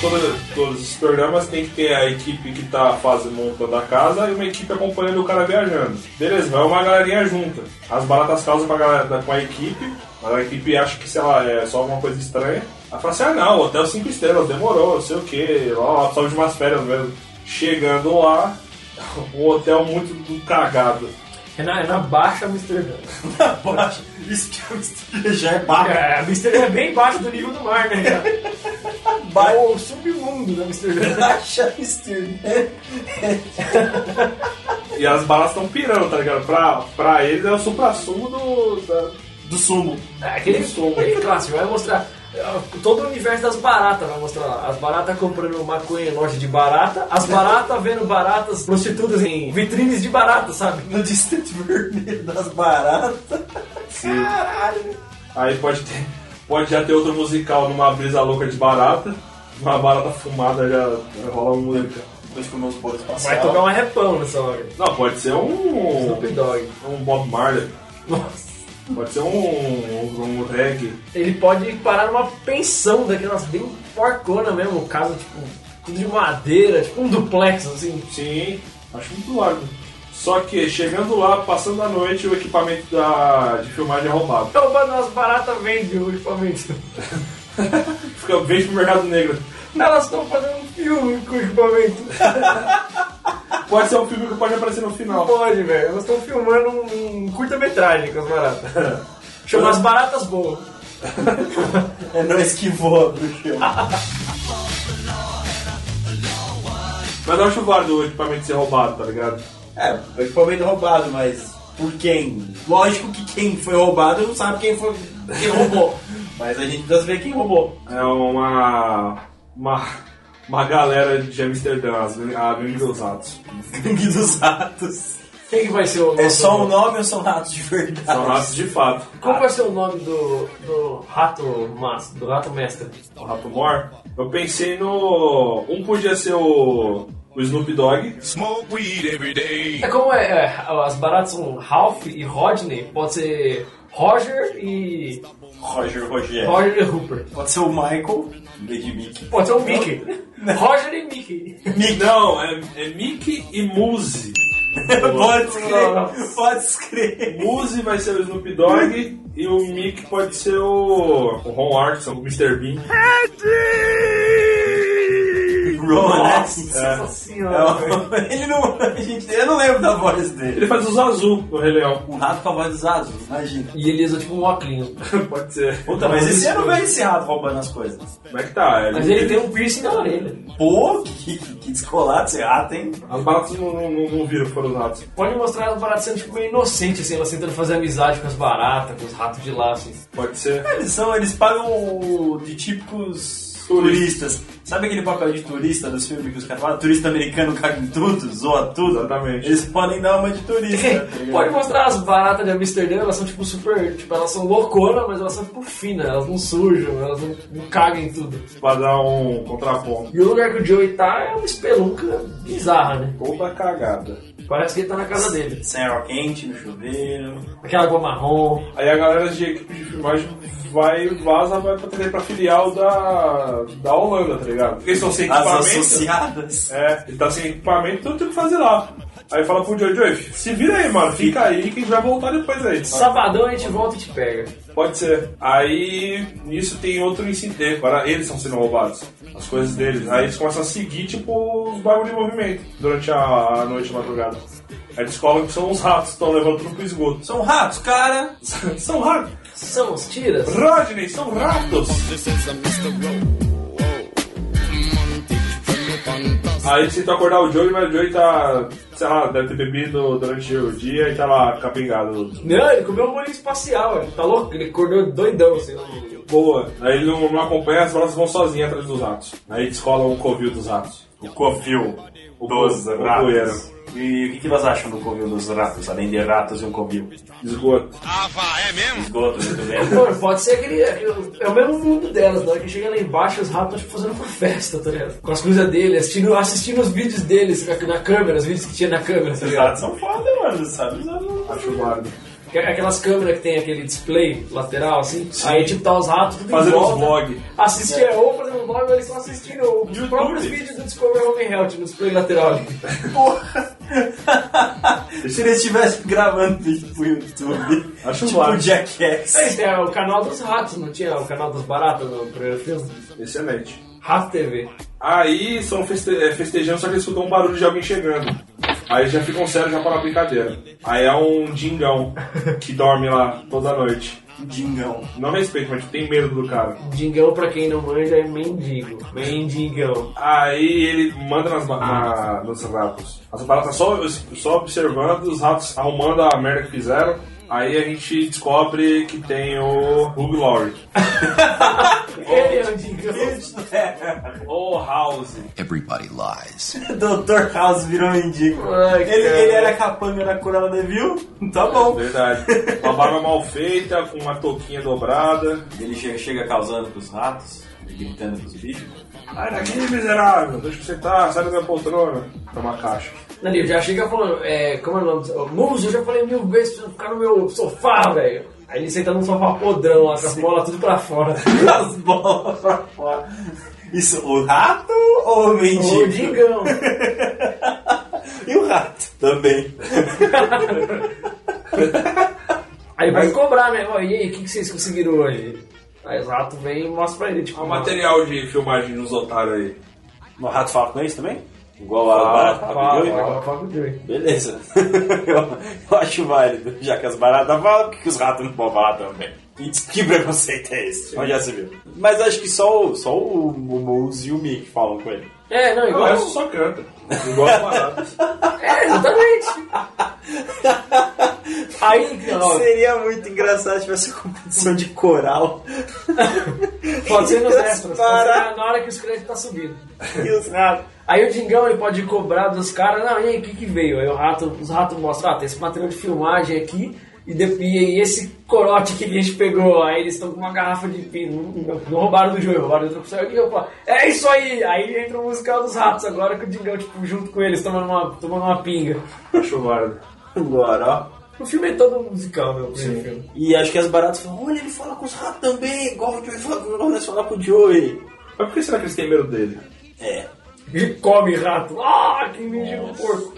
S4: Como todo- todos os programas, tem que ter a equipe que tá fazendo montando a casa e uma equipe acompanhando o cara viajando. Beleza, vai uma galerinha junta. As baratas causam pra galera, com a equipe. A equipe acha que, sei lá, é só alguma coisa estranha. Aí fala assim, ah não, hotel 5 estrelas, demorou, não sei o que, lá, lá precisava de umas férias mesmo. Chegando lá, um hotel muito do cagado.
S2: É na, é na baixa Amsterdã.
S3: Poxa, isso que eu misturei já é barra.
S2: É, Amsterdã é bem baixo do nível do mar, né, cara? É o submundo da Amsterdã.
S3: Baixa mistura.
S4: E as balas estão pirando, tá ligado? Pra, pra eles é o supra-sumo do. da-
S3: Do sumo.
S2: É, aquele, aquele clássico, vai mostrar ah, todo o universo das baratas, vai mostrar lá. As baratas comprando maconha em loja de barata, as baratas vendo baratas prostitutas em vitrines de barata, sabe?
S3: No distrito vermelho das baratas.
S4: Aí pode ter. Pode já ter outro musical numa brisa louca de barata. Uma barata fumada já rola um música.
S3: Depois comer uns bolos
S2: Vai tocar um repão nessa hora.
S4: Não, pode ser um.
S2: Snoop Dogg.
S4: Um Bob Marley.
S2: Nossa.
S4: Pode ser um. um, um reggae.
S2: Ele pode parar numa pensão daquelas bem porcona mesmo, casa tipo, tudo de madeira, tipo um duplex, assim.
S4: Sim, acho muito largo. Só que chegando lá, passando a noite, o equipamento da, de filmagem é roubado.
S2: Então, mano, as baratas vendem o equipamento.
S4: Fica, vende pro mercado negro.
S2: Elas estão fazendo um filme com o equipamento.
S4: Pode ser um filme que pode aparecer no
S2: Não
S4: final.
S2: pode, velho. Elas estão filmando um, um curta-metragem com as baratas. Chama As Baratas Boas.
S3: É nós que voa, bruxão.
S4: Mas eu acho válido o equipamento ser roubado, tá ligado?
S3: É, foi equipamento roubado, mas por quem? Lógico que quem foi roubado não sabe quem foi quem roubou. mas a gente precisa saber quem roubou.
S4: É uma. Uma, uma galera de Amsterdã, as men- a Menina dos Ratos.
S3: Gangue dos ratos.
S2: Quem que vai ser o nome?
S3: É só o nome ou são ratos de verdade?
S4: São ratos de fato.
S2: Qual vai ser o nome do, do rato mas, do rato mestre?
S4: Tá O Rato Mor. Eu pensei no. Um podia ser o. O Snoop Dogg.
S16: Smoke weed every day.
S2: É como é, é, as baratas são Ralph e Rodney, pode ser Roger e
S3: Roger Rogério.
S2: Roger e Hooper.
S3: Pode ser o Michael, em vez de Mickey.
S2: Pode ser o Mickey. Roger e Mickey.
S4: Não, é, é Mickey e Muse.
S3: Pode escrever,
S2: Nossa.
S3: pode escrever.
S4: Muse vai ser o Snoop Dogg e o Mickey pode ser o. O Ron Arson, o Mr. Bean.
S3: Romanesque.
S2: Nossa
S3: É
S2: senhora. velho.
S3: uma- Ele não. a gente- eu não lembro da voz dele.
S4: Ele faz o Zazu do Rei Leão.
S3: Um rato com a voz dos azul, imagina.
S2: E ele usa tipo um óculos.
S4: Pode ser.
S3: Puta, mas esse ano veio esse rato roubando as coisas.
S4: Como é que tá?
S2: Mas ele tem um piercing na orelha.
S3: Pô, que, que descolado esse rato, hein?
S4: As baratas não, não, não, não viram, foram os ratos.
S2: Pode mostrar as baratas sendo tipo meio inocente, assim, elas tentando fazer amizade com as baratas, com os ratos de lá, assim.
S4: Pode ser.
S3: Eles são, eles pagam o- de
S4: Turistas.
S3: típicos Tipo turistas. Sabe aquele papel de turista dos filmes que os caras falam? Turista americano caga em tudo, zoa tudo.
S4: Exatamente.
S3: Eles podem dar uma de turista. tá ligado?
S2: Pode mostrar as baratas de Amsterdã, elas são tipo super. Tipo, elas são louconas, mas elas são tipo finas, elas não sujam, elas não, não cagam em tudo.
S4: Pra dar um contraponto.
S2: E o lugar que o Joey tá é uma espelunca bizarra, né?
S4: Toda cagada.
S2: Parece que ele tá na casa dele.
S3: Sem água quente no chuveiro.
S2: Aquela água marrom.
S4: Aí a galera de equipe de filmagem vai, vaza, vai pra, pra filial da, da Holanda, tá ligado? Porque eles estão sem
S3: As
S4: equipamento.
S3: associadas.
S4: É, ele tá sem equipamento, então tem o que fazer lá. Aí fala pro Joe Joe, se vira aí, mano, fica aí que a gente vai voltar depois aí.
S2: Sabadão a gente volta e te pega.
S4: Pode ser. Aí nisso tem outro incidente. Agora eles estão sendo roubados. As coisas deles. Aí eles começam a seguir, tipo, os bagulho de movimento durante a, a noite, a madrugada. Aí descobrem que são os ratos que estão levando tudo pro esgoto.
S3: São ratos, cara!
S4: são ratos!
S2: São os tiras.
S4: Rodney, são ratos! Aí você tenta acordar o Joey, mas o Joey tá, sei lá, deve ter bebido durante o dia e tá lá capengado.
S2: Não, ele comeu um bolinho espacial, ele tá louco, ele acordou doidão, assim.
S4: Boa. Aí ele não, não acompanha, as bolas vão sozinhas atrás dos ratos. Aí descola o covil dos ratos.
S3: O covil
S4: O
S3: dos
S4: co- o
S3: ratos. E o que, que nós acham do covil dos ratos, além de ratos e um covil?
S4: Esgoto.
S6: Ah, vá, é mesmo?
S3: Esgoto, muito bem.
S2: Mano, pode ser aquele. aquele- É o mesmo mundo delas, na hora que chega lá embaixo, os ratos tipo, fazendo uma festa, tá ligado? Com as coisas dele, assistindo, assistindo os vídeos deles na, na câmera, os vídeos que tinha na câmera, tá
S3: Esses
S2: ligado?
S3: ratos são foda, mano, sabe? Eles não-
S4: Acho válido.
S2: Que- é Aquelas câmeras que tem aquele display lateral, assim, aí tipo tá os ratos tudo em
S4: Fazendo
S2: volta,
S4: os vlog.
S2: Assiste é. ou fazendo um vlog, ou eles estão assistindo os
S4: YouTube.
S2: próprios vídeos do Discovery Home Health no display lateral ali.
S3: Se eles estivessem gravando vídeo pro YouTube,
S4: Acho
S3: tipo
S4: válido.
S3: o Jackass.
S2: Mas é o canal dos ratos, não tinha o canal dos baratas no primeiro filme?
S4: Excelente.
S2: Rato TV.
S4: Aí são feste é, festejando, só que eles escutam um barulho de alguém chegando. Aí já ficam sérios já para a brincadeira. Aí é um dingão que dorme lá toda noite.
S3: Dingão.
S4: Não respeito, mas tem medo do cara.
S2: Dingão, pra quem não manja, é mendigo. Mendigão.
S4: Aí ele manda nas, ba- na- nos ratos. As baratas só, só observando, os ratos arrumando a merda que fizeram. Aí a gente descobre que tem o Hugh Laurie.
S2: Ele é um dingão.
S4: O House.
S16: Everybody lies.
S3: Dr. House virou um mendigo.
S2: Ai,
S3: ele,
S2: cara.
S3: ele era capanga na Cruella de Vil? Tá bom.
S4: Verdade. Uma barba mal feita, com uma touquinha dobrada.
S3: Ele chega, chega causando pros ratos, gritando pros bichos.
S4: Sai daqui, miserável. Deixa que você tá, sai da minha poltrona. É uma caixa.
S2: Ali, eu já chega falando, é, como é o nome? Ô, Muso, eu já falei mil vezes pra você ficar no meu sofá, velho. Aí ele senta num sofá podrão lá, com as bolas tudo pra fora.
S3: As bolas pra fora. Isso, o rato ou o
S2: Ô,
S3: mendigo?
S2: dingão.
S3: E o rato também.
S2: Aí vai cobrar, né? Ó, e aí, o que, que vocês conseguiram hoje? Aí o rato vem e mostra pra ele, tipo,
S4: É um material de filmagem dos otários aí.
S3: O rato fala com eles também? Igual a
S4: Fala,
S3: barata
S4: fala,
S3: tá com o
S4: fala.
S3: Joey?
S2: "Ah, fala com o Joey."
S3: Beleza. eu, eu acho válido, já que as baratas falam, por que que os ratos não podem falar também? E diz, que preconceito é esse? Onde já se viu? Mas acho que só, o- só o, o Moose e o Mick falam com ele.
S2: É, não,
S4: O
S2: igual.
S4: resto só canta. Igual as baratas.
S2: É, exatamente. Aí, ó,
S3: Seria é muito engraçado se tivesse competição de coral
S2: pode ser nos
S3: Deus
S2: extras, pode
S3: para.
S2: ser na hora que os créditos tá subindo.
S3: e os ratos.
S2: Aí o Dingão ele pode cobrar dos caras, não, e aí, o que, que veio? Aí o rato, os ratos mostram, ah, tem esse material de filmagem aqui, e, de, e esse corote que a gente pegou, aí eles estão com uma garrafa de pino, não, não roubaram do jogo, roubaram do outro pessoal, e o Dingão fala, é isso aí! Aí entra o musical dos ratos agora, com o Dingão, tipo, junto com eles, tomando uma, tomando uma pinga.
S4: Acho válido.
S3: Agora, ó.
S2: O filme é todo musical, meu, né? primeiro filme.
S3: E acho que as baratas falam, olha, ele fala com os ratos também, igual o Joey fala, nós falar com o Joey.
S4: Mas por que será que eles têm medo dele?
S3: É.
S2: Ele come rato, ah, que mendigo porco!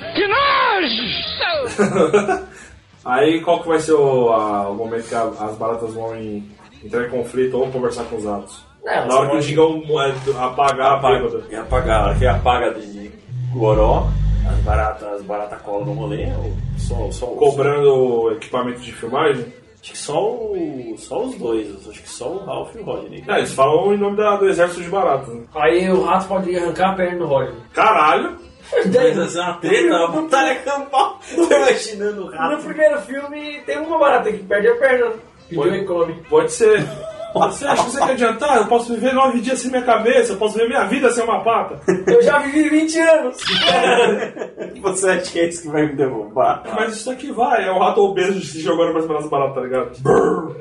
S4: Aí qual que vai ser o, a- o momento que a- as baratas vão em- entrar em conflito ou conversar com os ratos?
S2: É,
S4: Na hora que o
S2: lógico.
S4: Diga é, apagar
S3: Ah,
S4: a bêbada.
S3: E apagar, a hora que apaga de goró, as baratas, as baratas colam no rolê, ou só, só o-
S4: Cobrando equipamento de filmagem.
S3: Acho que só, o, só os dois, acho que só o Ralph e o Rodney. né?
S4: É, eles falam em nome da- do exército de baratas. né?
S2: Aí o rato pode arrancar a perna do Roger.
S4: Caralho!
S3: Mas essa é uma treta, uma batalha campal. Tô imaginando o
S2: No
S3: rato.
S2: primeiro filme tem uma barata que perde a perna. Pediu
S4: Oi.
S2: e come.
S4: Pode ser. Você acha que você quer adiantar? Eu posso viver nove dias sem minha cabeça, eu posso viver minha vida sem uma pata.
S2: Eu já vivi 20 anos.
S3: Você acha que é isso que vai me derrubar?
S4: Mas isso aqui vai, é o rato obeso se jogando pra cima das baratas, tá ligado?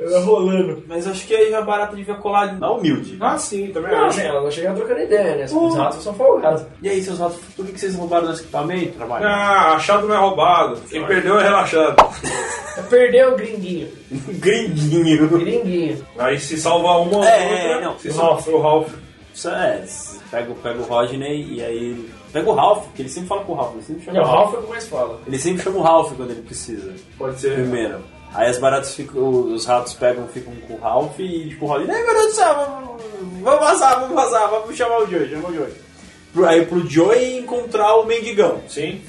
S2: Eu rolando.
S3: Mas acho que aí a barata devia colar na humilde.
S4: Ah, sim, também
S2: Não,
S4: acho.
S2: assim, ela não chega trocando ideia, né?
S4: Uhum.
S2: Os ratos são folgados.
S3: E aí, seus ratos, por que que vocês roubaram nosso equipamento? Trabalho.
S4: Ah, achado não é roubado. Quem perdeu é relaxado.
S2: Perdeu o gringuinho.
S3: Gringuinho.
S2: Gringuinho.
S4: Aí se salva uma ou
S3: É,
S4: outra,
S3: é, não.
S4: se salva o Ralph.
S3: Isso é, pega, o- pega o Rodney e aí. Pega o Ralph, que ele sempre fala com o Ralph, ele sempre chama
S2: O Ralph é o que mais fala.
S3: Ele sempre chama o Ralph quando ele precisa.
S4: Pode ser.
S3: Primeiro. Aí as baratas ficam. Os ratos pegam, ficam com o Ralph e tipo, o Ralph, "Ei, meu Deus do céu, vamos, vamos vazar, vamos vazar, vamos chamar o Joey, chama o Joey. Pro- Aí pro Joey encontrar o mendigão.
S4: Sim.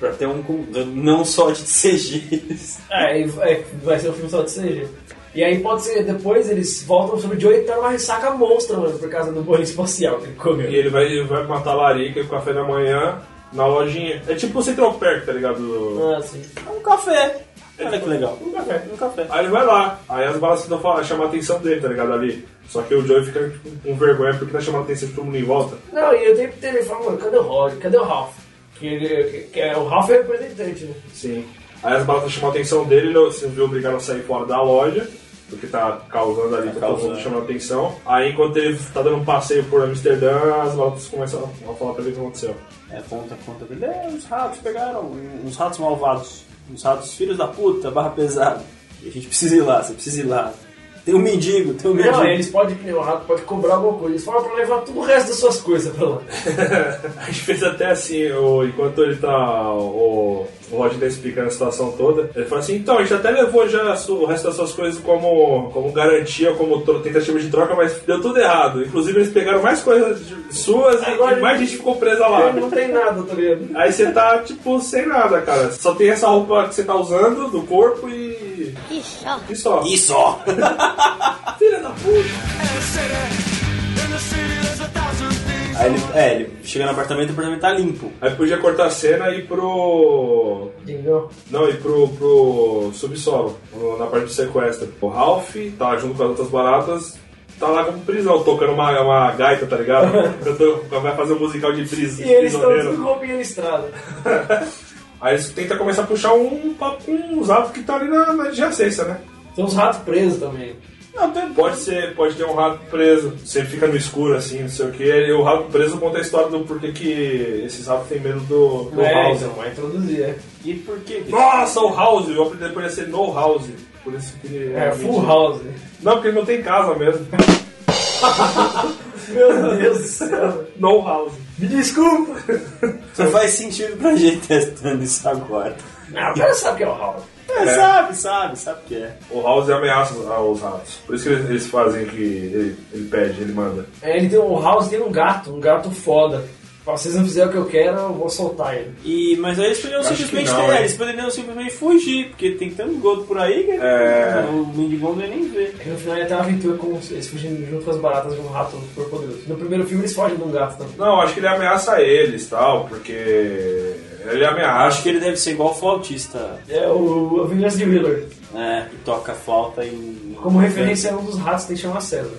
S3: Pra ter um com- não só de CGs.
S2: É, e vai- vai ser um filme só de CG. E aí pode ser, depois eles voltam sobre o Joey e tá numa ressaca monstra, mano, por causa do bolinho espacial que ele comeu.
S4: E ele vai, ele vai matar a larica e o café da manhã na lojinha. É tipo o Central Perk, tá ligado?
S2: Ah, sim.
S3: É um café. Olha que legal. Um café, um café.
S4: Aí ele vai lá, aí as balas tentam falar, chamar a atenção dele, tá ligado? Ali. Só que o Joey fica tipo, com vergonha porque tá chamando a atenção de todo mundo em volta.
S2: Não, e eu tenho que ter, ele fala, mano, cadê o Roger? Cadê o Ralph? Que, ele, que, que é, o Ralph é o representante, né?
S4: Sim. Aí as balatas chamam a atenção dele, ele se viu obrigado a sair fora da loja, porque tá causando ali, tá todo mundo
S3: causando.
S4: chamando a atenção. Aí enquanto ele tá dando um passeio por Amsterdã, as balatas começam a falar pra ele o que aconteceu.
S3: É, conta, conta pra ele. É, os ratos pegaram, uns ratos malvados, uns ratos filhos da puta, barra pesada. E a gente precisa ir lá, você precisa ir lá. Tem um mendigo, tem um mendigo.
S2: Não, eles podem, que nem o rato, pode cobrar alguma coisa. Eles falam pra levar todo o resto das suas coisas pra lá.
S4: A gente fez até assim, o- enquanto ele tá. O, o Roger tá explicando a situação toda, ele fala assim, então, a gente até levou já a su- o resto das suas coisas como, como garantia, como tro- tentativa de troca, mas deu tudo errado. Inclusive eles pegaram mais coisas de- suas e-
S2: Agora
S4: e mais É
S2: ele-
S4: gente ficou presa lá. né?"
S2: Ele não tem nada, tá ligado?
S4: Aí você tá, tipo, sem nada, cara. Só tem essa roupa que você tá usando do corpo e.
S7: Que chato.
S4: E só.
S3: E só!
S4: Filha da puta!
S3: Aí ele, é, ele chega no apartamento e o apartamento tá limpo.
S4: Aí podia cortar a cena e ir pro.
S2: Dingão.
S4: Não, e pro, pro subsolo, no- na parte do sequestro. O Ralph tá junto com as outras baratas, tá lá como prisão, tocando uma, uma gaita, tá ligado? Cantando- vai fazer um musical de pris,
S2: E eles estão
S4: prisioneiro.
S2: tudo com roupinha listrada.
S4: Aí eles tentam começar a puxar um papo com os ratos que tá ali na, na adjacência, né?
S2: Tem uns ratos presos também.
S4: Não, tem- pode ser, pode ter um rato preso. Você fica no escuro assim, não sei o que. E o rato preso conta a história do porquê que esses ratos têm medo do, do
S2: é,
S4: House.
S2: então, vai introduzir, é.
S3: E por que?
S4: Nossa, o House! Eu aprendi depois ia ser No House. Por isso que ele.
S2: É, full house.
S4: Não, porque ele não tem casa mesmo.
S2: Meu Deus do céu.
S4: No House.
S2: Me desculpa.
S3: Não faz sentido pra gente testando isso agora.
S2: Ah, o cara sabe que é o house.
S3: É, sabe, sabe, sabe o que é.
S4: O House ameaça os- aos ratos. Por isso que eles, eles fazem que ele, ele pede, ele manda.
S2: É, ele tem, o house tem um gato, um gato foda. Se vocês não fizerem o que eu quero, eu vou soltar ele.
S3: E, mas aí eles poderiam
S4: Acho
S3: simplesmente
S4: que não,
S3: ter,
S4: hein?
S3: eles poderiam simplesmente fugir, porque tem tanto gordo por aí que
S4: É.
S3: o mendigo não ia nem ver.
S2: Aí no final ele tem uma aventura com os- eles fugindo junto com as baratas de um rato super poderoso. No primeiro filme eles fogem de um gato também.
S4: Não, acho que ele ameaça eles tal, porque. Ele ameaça.
S3: Acho que ele deve ser igual o flautista,
S2: É o a Vingança de Wheeler.
S3: né, que toca flauta em...
S2: Como referência é um dos ratos que tem que chamar César.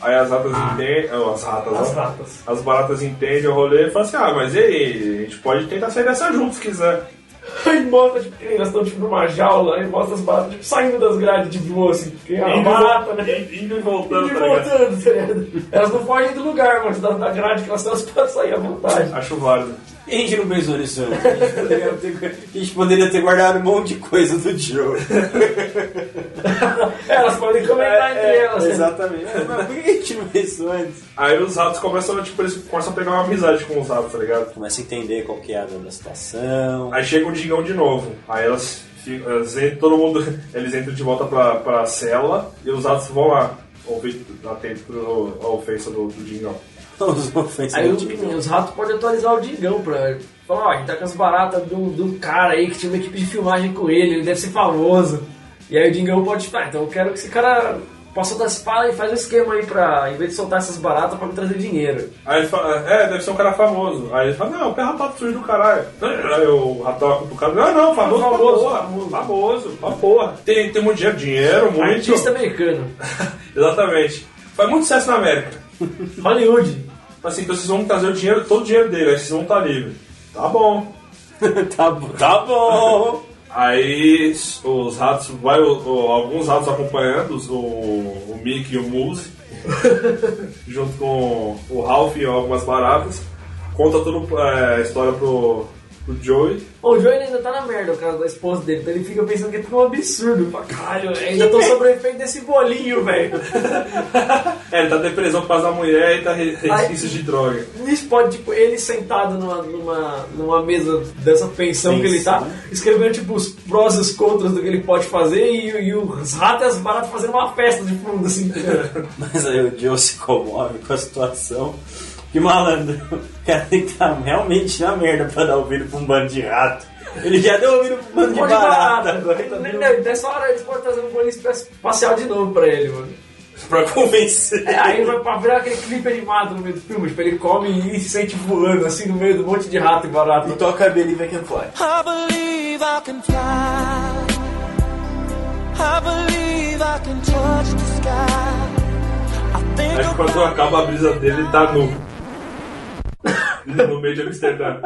S4: Aí as ratas entendem. oh, As ratas,
S2: As
S4: ó.
S2: ratas.
S4: As baratas entendem o rolê e falam assim: ah, mas e aí? A gente pode tentar sair dessa junto se quiser.
S2: Aí mostra, tipo, que eles estão tipo numa jaula, aí mostra as baratas tipo, saindo das grades de boa, assim. Que é uma
S4: Indo-
S2: barata, né?
S4: Indo e
S2: E
S4: voltando, tá ligado?
S2: voltando, tá ligado? Elas não fogem do lugar, mas da, da grade que elas estão, elas podem sair à vontade. tá
S4: Acho válido.
S3: A gente não pensou nisso antes. A gente poderia ter- A gente poderia ter guardado um monte de coisa do Joe.
S2: Elas podem
S4: É,
S2: comentar entre
S3: assim.
S2: elas. né?
S3: É, Exatamente. Mas por que a gente não pensou antes?
S4: Aí os ratos começam, tipo, eles começam a pegar uma amizade com os ratos, tá ligado?
S3: Começa a entender qual que é a da situação.
S4: Aí chega o Digão de novo. Aí elas ficam. elas entram- todo mundo. Eles entram de volta pra, pra cela e os ratos vão lá. ouvi- atento pro- à ofensa do, do Dingão.
S3: Os ofensas
S2: Aí
S3: do
S2: o- os ratos podem atualizar o Digão pra falar, ó, a gente tá com as baratas de um, de um cara aí que tinha uma equipe de filmagem com ele, ele deve ser famoso. E aí o Digão pode, ah, então eu quero que esse cara possa dar espada e faz um esquema aí pra, em vez de soltar essas baratas, pra me trazer dinheiro.
S4: Aí ele fala, é, deve ser um cara famoso. Aí ele fala, não, pé ratado sujo do caralho. Aí o ratão acuta o cara, não, não, famoso,
S2: Famoso,
S4: famoso, famoso, famoso, né? pra porra. Tem, tem muito dinheiro, dinheiro, muito.
S2: Artista americano.
S4: Exatamente. Faz muito sucesso na América.
S2: Hollywood.
S4: Assim, então vocês vão trazer o dinheiro, todo o dinheiro dele, aí vocês vão estar livres. Tá bom.
S3: tá, bom- tá bom.
S4: Aí os ratos, vai o- o- alguns ratos acompanhando, os- o, o Mickey e o Moose, junto com o Ralph e algumas baratas, conta toda é, a história pro, pro Joey.
S2: Bom, o Joey ainda tá na merda, o cara da esposa dele, então ele fica pensando que é tudo um absurdo. Fala, caralho, ainda tô sobre o efeito desse bolinho, velho.
S4: É, ele tá depressão por causa da mulher e tá re- resquício de droga.
S2: Nisso pode, tipo, ele sentado numa, numa, numa mesa dessa pensão
S3: Sim,
S2: que ele tá,
S3: sim.
S2: escrevendo, tipo, os prós e os contras do que ele pode fazer e, e os ratos e as baratas fazendo uma festa de fundo, assim.
S3: Mas aí o Joe se comove com a situação. Que malandro. O cara tem que estar realmente na merda pra dar ouvido pra um bando de rato. Ele já deu ouvido pra um bando de
S2: Pode barata.
S3: barata. agora ele tá
S2: Né,
S3: dando-
S2: né, Nessa hora eles podem trazer um bolinho espacial de novo pra ele, mano.
S3: Pra convencer.
S2: É, aí vai pra virar aquele clipe animado no meio do filme, tipo, ele come e se sente voando, assim, no meio do monte de rato e barata.
S3: E toca a Believe I Can Fly.
S17: I believe I can fly. I believe I can touch the sky. I think
S4: Aí quando acaba a brisa dele, ele tá nu. no meio de Amsterdã.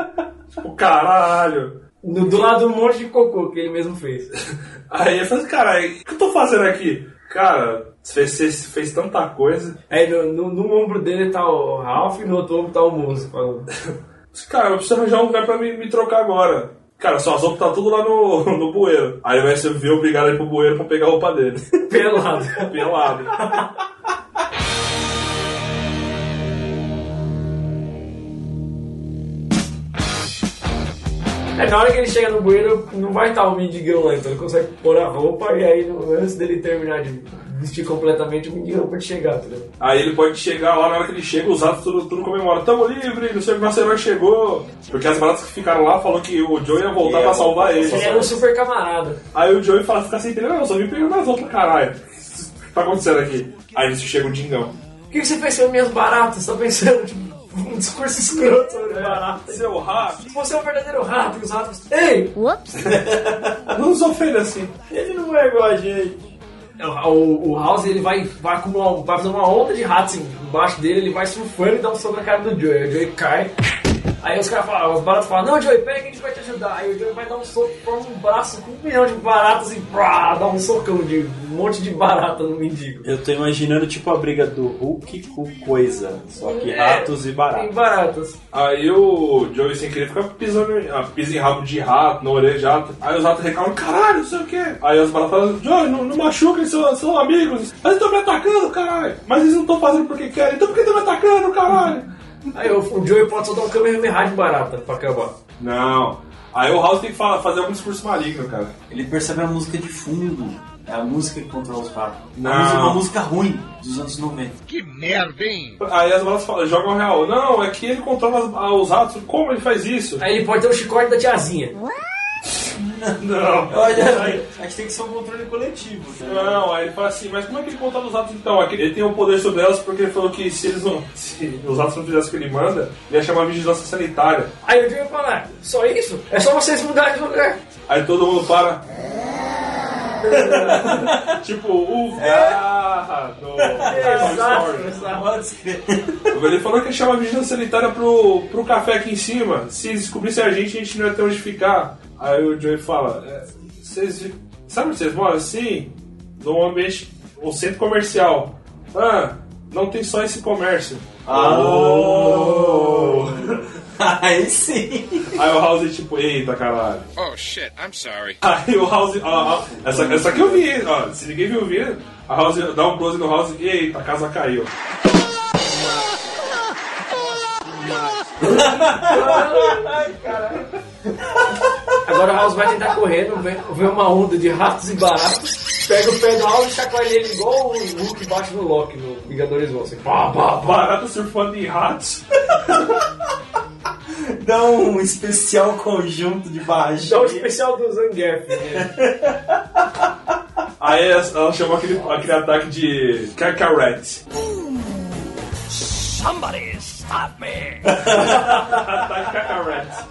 S4: Tipo, caralho.
S2: Do, do lado um monte de cocô que ele mesmo fez.
S4: Aí eu falei, cara, o que eu tô fazendo aqui? Cara, você fez, fez tanta coisa.
S2: Aí no, no, num ombro dele tá o Ralph e no outro ombro tá o Muso falando.
S4: Cara, eu preciso arranjar um lugar pra me, me trocar agora. Cara, suas roupas tá tudo lá no, no bueiro. Aí vai ser ver obrigado a ir pro bueiro pra pegar a roupa dele.
S2: Pelado.
S4: Pelado.
S2: É, na hora que ele chega no banheiro, não vai estar o mendigão lá, então ele consegue pôr a roupa e aí no- antes dele terminar de vestir completamente, o mendigão pode chegar, tá ligado?
S4: Aí ele pode chegar lá, na hora que ele chega, os ratos tudo, tudo comemora. Tamo livre, não sei o que nosso herói chegou. Porque as baratas que ficaram lá falou que o Joe ia voltar
S3: Ia
S4: pra salvar
S3: voltar,
S4: ele.
S2: Ele era um super camarada.
S4: Aí o Joey fala, fica sem entender, não, eu só vim pegando as outras, caralho. O que tá acontecendo aqui? Aí nisso chega o Dingão.
S2: O que que você pensou em minhas baratas? Tá pensando, tipo, um discurso escroto né? sobre baratas.
S4: Seu rato,
S2: Você é um verdadeiro rato e os ratos. Ei!
S7: Whoops.
S4: não nos ofenda assim.
S3: Ele não é igual a gente.
S2: É, O, o House ele vai, vai acumular, um- vai fazer uma onda de ratos embaixo dele, ele vai surfando e dá um soco na cara do Joey. Aí O Joey cai. Aí os caras falam, os baratos falam, não, Joey, pega que a gente vai te ajudar. Aí o Joey vai dar um soco, forma um braço com um milhão de baratas e pá, dá um socão de um monte de barata no mendigo.
S3: Eu tô imaginando tipo a briga do Hulk com coisa. Só que
S2: É,
S3: ratos e
S2: Tem
S3: baratos.
S2: baratas.
S4: Aí o Joey sem querer fica pisando em, ah, pisa em rabo de rato, na orelha de rato. Aí os ratos reclamam, caralho, não sei o quê. Aí as baratas falam, Joey, não, não machuca, eles são, são amigos. Mas eles estão me atacando, caralho. Mas eles não estão fazendo porque querem, então por que estão me atacando, caralho?
S2: Aí o, o Joey pode soltar um Kamehameha de barata pra acabar.
S4: Não. Aí o House tem que falar- fazer algum discurso maligno, cara.
S3: Ele percebe a música de fundo. É a música que controla os ratos.
S4: Não.
S3: Uma música- é Uma música ruim dos anos 90.
S5: Que merda, hein?
S4: Aí as balas falam, jogam real. Não, é que ele controla as- ah, os ratos. Como ele faz isso?
S2: Aí ele pode ter o chicote da tiazinha.
S4: Não.
S3: Olha, acho que tem que ser um controle coletivo. tá ligado?
S4: Não, aí ele fala assim, mas como é que ele controla os ratos então? É que Ele tem o poder sobre elas porque ele falou que se eles não. Se os ratos não fizessem o que ele manda, ele ia chamar a vigilância sanitária.
S2: Aí o Joey fala, só isso? É só vocês mudarem de lugar.
S4: Aí todo mundo para. tipo, o viado.
S2: Exato, exato.
S3: Pode crer.
S4: Ele falou que ia chamar a vigilância sanitária pro, pro café aqui em cima. Se eles descobrissem a gente, a gente não ia ter onde ficar. Aí o Joey fala: é, vocês vi- Sabe onde vocês moram? Sim, num ambiente, um centro comercial. Ah, não tem só esse comércio.
S3: Oh. Ah. Aí sim.
S4: Aí o House, tipo, eita caralho.
S5: Oh shit, I'm sorry.
S4: Aí o House. ó, ó, essa, essa aqui eu vi, hein? ó, se ninguém viu, viu? A House dá um close no House e eita, a casa caiu.
S2: Agora o House vai tentar correr, não vê, vê uma onda de ratos e baratas. pega o pedal e chacoalha ele igual o Hulk bate no Loki no Vingadores Vão. Assim, pá, pá, pá.
S4: Barata surfando em ratos.
S3: Dá um especial conjunto de
S2: Dá o
S3: barragens.
S2: especial do Zangief. Né?
S4: Aí ela chamou aquele, aquele ataque de cacarete.
S17: Somebody stop me!
S4: Ataque cacarete.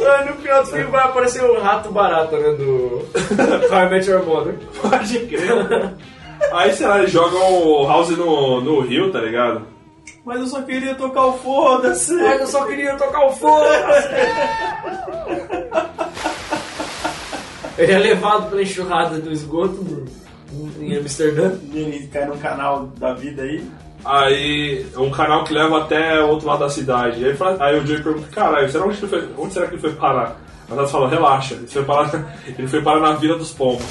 S2: Mano, no final do filme vai aparecer o rato barata, né? Do How I Met Your Mother.
S4: Pode crer. né? Aí, sei lá, eles jogam o House no, no rio, tá ligado?
S3: Mas eu só queria tocar o foda-se.
S2: Mas eu só queria tocar o fogo. Ele é levado pela enxurrada do esgoto do- em Amsterdã.
S3: E ele cai no canal da vida aí.
S4: Aí é um canal que leva até o outro lado da cidade. Aí, ele fala- aí o Joey pergunta, caralho, será onde, ele foi, onde será que ele foi parar? A Tati fala, relaxa, ele foi, parar, ele foi parar na Vila dos Pombos.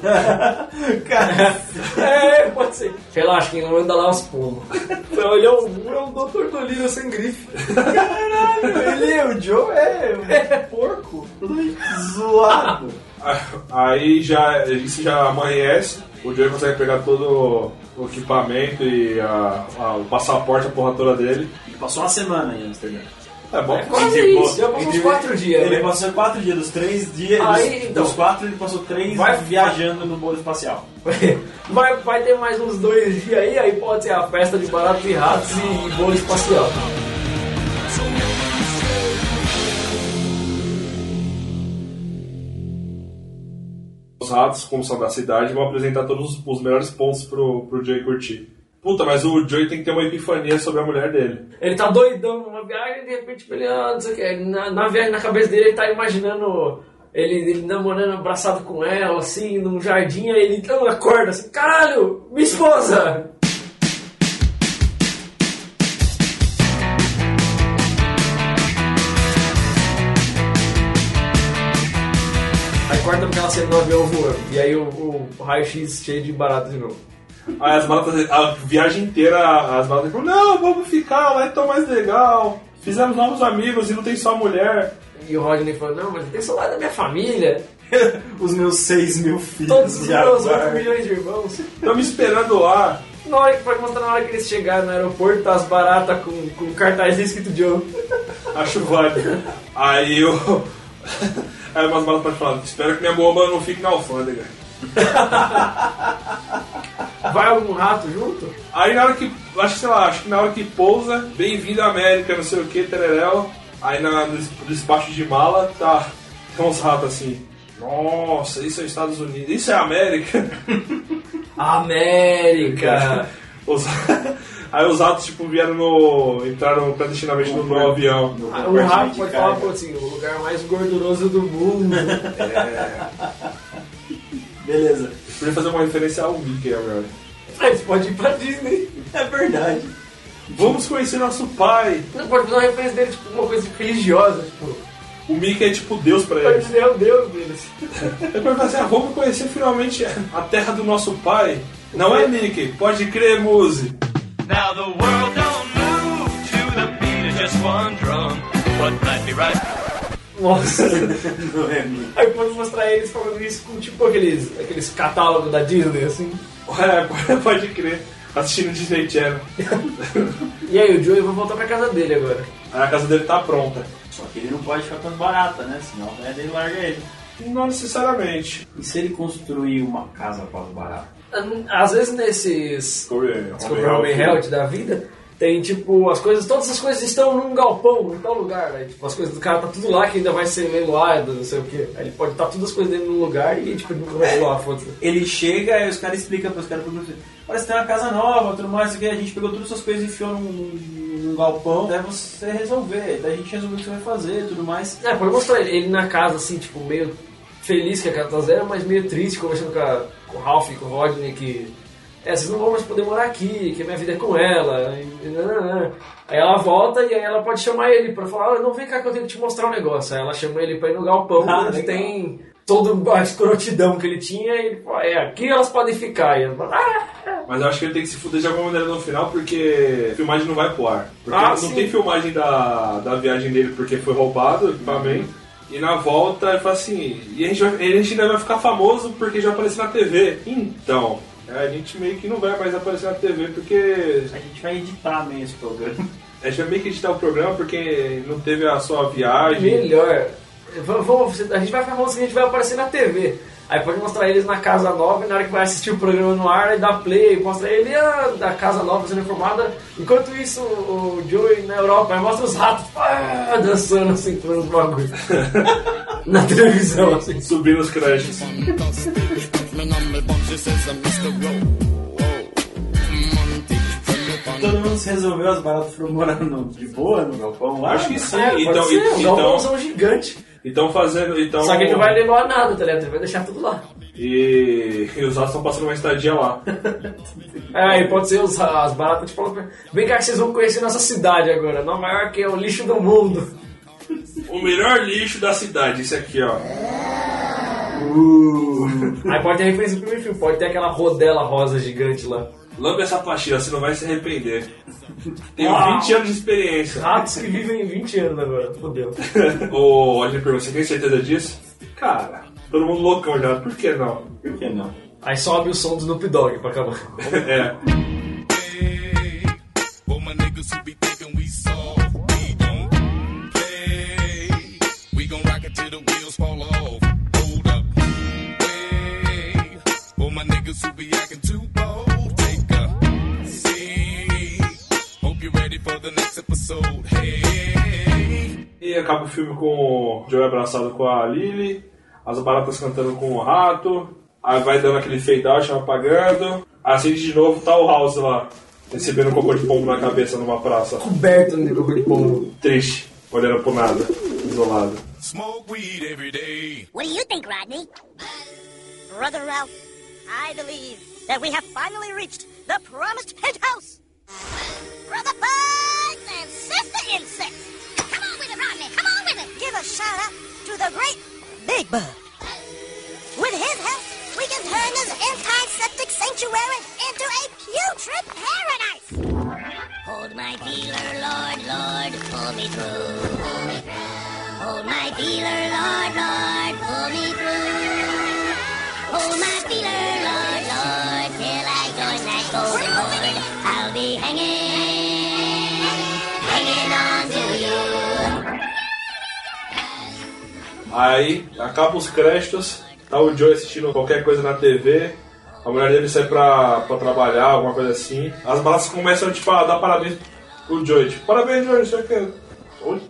S3: Cara,
S2: É, pode ser. Relaxa, quem não anda lá é os pomos. Então, ele é um, é um Dr. Dolina sem grife.
S3: ele, o Joe é um porco. Totalmente zoado.
S4: Aí já, isso já amanhece, o Joey consegue pegar todo o equipamento e a- a- o passaporte, a porra toda dele.
S3: Ele passou uma semana em Amsterdã.
S4: É bom.
S2: Quase
S3: Ele
S2: isso, já passou uns
S3: ele-
S2: quatro dias,
S3: Ele
S2: né?
S3: passou quatro dias, dos três dias.
S2: Aí,
S3: dos,
S2: então.
S3: dos quatro, ele passou três
S2: Vai-
S3: viajando no bolo espacial.
S2: Vai, vai ter mais uns dois dias aí, aí pode ser a festa de baratos e ratos e bolo espacial.
S4: Os ratos, como são da cidade, vão apresentar todos os, os melhores pontos pro, pro Joey curtir. Puta, mas o Joey tem que ter uma epifania sobre a mulher dele.
S2: Ele tá doidão numa viagem e de repente tipo, ele, ah, não sei o que, na, na viagem na cabeça dele ele tá imaginando ele, ele namorando abraçado com ela, assim, num jardim, aí ele então, acorda assim, caralho, minha esposa! Aí corta pra ela sendo no avião voando, e aí o, o raio-x cheio de barato de novo.
S4: Aí as baratas, a viagem inteira, as baratas falam, não, vamos ficar, lá é tão mais legal. Fizemos novos amigos e não tem só mulher.
S2: E o Rodney falou, não, mas tem celular da minha família,
S3: Os meus seis mil filhos.
S2: todos os
S3: de
S2: meus
S3: aguardo.
S2: 8 milhões de irmãos.
S4: Estão me esperando lá.
S2: Na hora que pode mostrar na hora que eles chegarem no aeroporto, tá as baratas com, com cartaz escrito Joe.
S4: Acho válido. Aí eu. Aí umas balas pra falar, espero que minha bomba não fique na alfândega.
S2: Vai algum rato junto?
S4: Aí na hora que. Acho que sei lá, acho que na hora que pousa, bem-vindo à América, não sei o que, tereréu. Aí na, no, des- no despacho de mala, tá. Tem uns ratos assim. Nossa, isso é Estados Unidos, isso é América.
S2: América!
S4: Os- aí os ratos, tipo, vieram no. entraram clandestinamente no, no avião.
S2: Ah, O rato pode falar, pô, assim, o lugar mais gorduroso do mundo.
S3: Beleza.
S4: Podia fazer uma referência ao Mickey né, agora.
S2: Mas pode ir pra Disney.
S3: É verdade.
S4: Vamos conhecer nosso pai!
S2: Não, pode fazer uma referência dele, tipo, uma coisa religiosa, tipo.
S4: O Mickey é tipo Deus pra
S2: Pode
S4: eles.
S2: dizer, é o Deus deles.
S4: Ele vai fazer, ah, vamos conhecer finalmente a terra do nosso pai. Não é Mickey, pode crer, Muse.
S17: Now the world don't move to the beat of just one drum, but let me right.
S2: Nossa.
S3: Não é minha.
S2: Aí pode mostrar eles falando isso com, tipo, aqueles, aqueles catálogos da Disney, assim.
S4: É, pode crer. Assistindo Disney Channel.
S2: E aí, o Joey vai voltar pra casa dele agora.
S4: Aí a casa dele tá pronta.
S3: Só que ele não pode ficar com barata, né? Senão a ele larga ele.
S4: Não necessariamente.
S3: E se ele construir uma casa para os baratos?
S2: Às vezes nesses Descobrir o Homem
S4: Hell.
S2: Held da vida, tem tipo, as coisas, todas as coisas estão num galpão, em tal lugar, né? Tipo, as coisas do cara tá tudo lá que ainda vai ser leiloado, não sei o quê. Aí ele pode estar todas as coisas dele num lugar e tipo, ele nunca vai pular, foda-se.
S3: Ele chega e os caras explicam para os caras como Olha, você tem uma casa nova, tudo mais, isso aqui, a gente pegou todas essas coisas e enfiou num, num- num galpão até você resolver. Daí a gente resolveu o que você vai fazer tudo mais.
S2: É, pode mostrar ele, ele na casa, assim, tipo, meio feliz que a casa tá zero, mas meio triste, conversando com, a- com o Ralph e com o Rodney, que. É, vocês não vão mais poder morar aqui, que a minha vida é com ela. e- e nananã. Aí ela volta e aí ela pode chamar ele pra falar, "Olha, não vem cá que eu tenho que te mostrar um negócio. Aí ela chama ele pra ir no galpão,
S3: Ah,
S2: onde
S3: legal.
S2: tem toda a escrotidão que ele tinha, e ele fala, é, aqui elas podem ficar. E ela fala, ah,
S4: Mas eu acho que ele tem que se fuder de alguma maneira no final, porque a filmagem não vai pro ar. Porque
S2: Ah,
S4: não
S2: sim. Uhum.
S4: tem filmagem da, da viagem dele porque foi roubado o equipamento. E na volta ele fala assim, e a gente, vai, a gente ainda vai ficar famoso porque já apareceu na TV. Então, a gente meio que não vai mais aparecer na TV porque.
S3: A gente vai editar mesmo esse programa.
S4: A gente vai É, meio que editar o programa porque não teve a sua viagem.
S2: É Melhor. Vamos, vamos- a gente vai falar assim, a gente vai aparecer na TV. Aí pode mostrar eles na Casa Nova, e na hora que vai assistir o programa no ar, aí dá play, mostra ele ah, da Casa Nova sendo formada. Enquanto isso, o Joey na Europa, aí mostra os ratos ah, dançando assim, falando os bagulho. na televisão, assim.
S4: Subindo os créditos.
S3: Todo mundo se resolveu, as baratas foram morando de boa no galpão lá.
S4: Acho que sim.
S2: É, pode
S4: então,
S2: ser,
S4: e-
S2: um
S4: então,
S2: galpãozão gigante.
S4: então fazendo. Então,
S2: Só que ele não vai levar nada, tá ligado? Ele vai deixar tudo lá.
S4: E, e os ratos estão passando uma estadia lá.
S2: É, Aí pode ser os, as baratas, tipo, vem cá que vocês vão conhecer nossa cidade agora. Nova York é o lixo do mundo.
S4: O melhor lixo da cidade, esse aqui, ó.
S2: Aí pode ter referência pro primeiro filme, pode ter aquela rodela rosa gigante lá.
S4: Lambe essa pastilha, você não vai se arrepender. Tenho
S2: Uau.
S4: 20 anos de experiência.
S2: Ratos que vivem 20 anos agora, fodeu.
S4: Ô, Roger pergunta, você tem certeza disso? Cara, todo mundo loucão já, por que não?
S3: Por que não?
S2: Aí sobe o som do Snoop Dogg pra acabar.
S4: é.
S8: We gon' rock it till the wheels fall off. Hold up. Hey, for my niggas who be acting too bold, take a seat. Hope you're ready for the next episode. Hey.
S4: E acaba o filme com o Joe abraçado com a Lily, as baratas cantando com o rato, aí vai dando aquele fade out, apagando, acende de novo, tá o House lá, recebendo um cocô de pombo na cabeça numa praça.
S2: Coberto de cocô de pombo.
S4: Triste, olhando pro nada, isolado.
S8: Smoke weed every day.
S7: What do you think, Rodney? Brother Ralph, I believe that we have finally reached the promised penthouse. Brother Bugs and Sister Insects. Come on with it, Rodney. Come on with it. Give a shout out to the great Big Bug. With his help, we can turn this antiseptic sanctuary into a putrid paradise. Hold my peeler, Lord, Lord, pull me through. Pull me through. Hold Oh, my peeler, Lord, Lord, pull me through. Hold my peeler, Lord, Lord, till I join that golden boy. I'll be hanging, hanging on to you.
S4: Aí, acaba os créditos, tá o Joe assistindo qualquer coisa na TV, a mulher dele sai pra, pra trabalhar, alguma coisa assim. As balas começam tipo, a dar parabéns pro Joe, tipo, parabéns, Joe, isso aqui.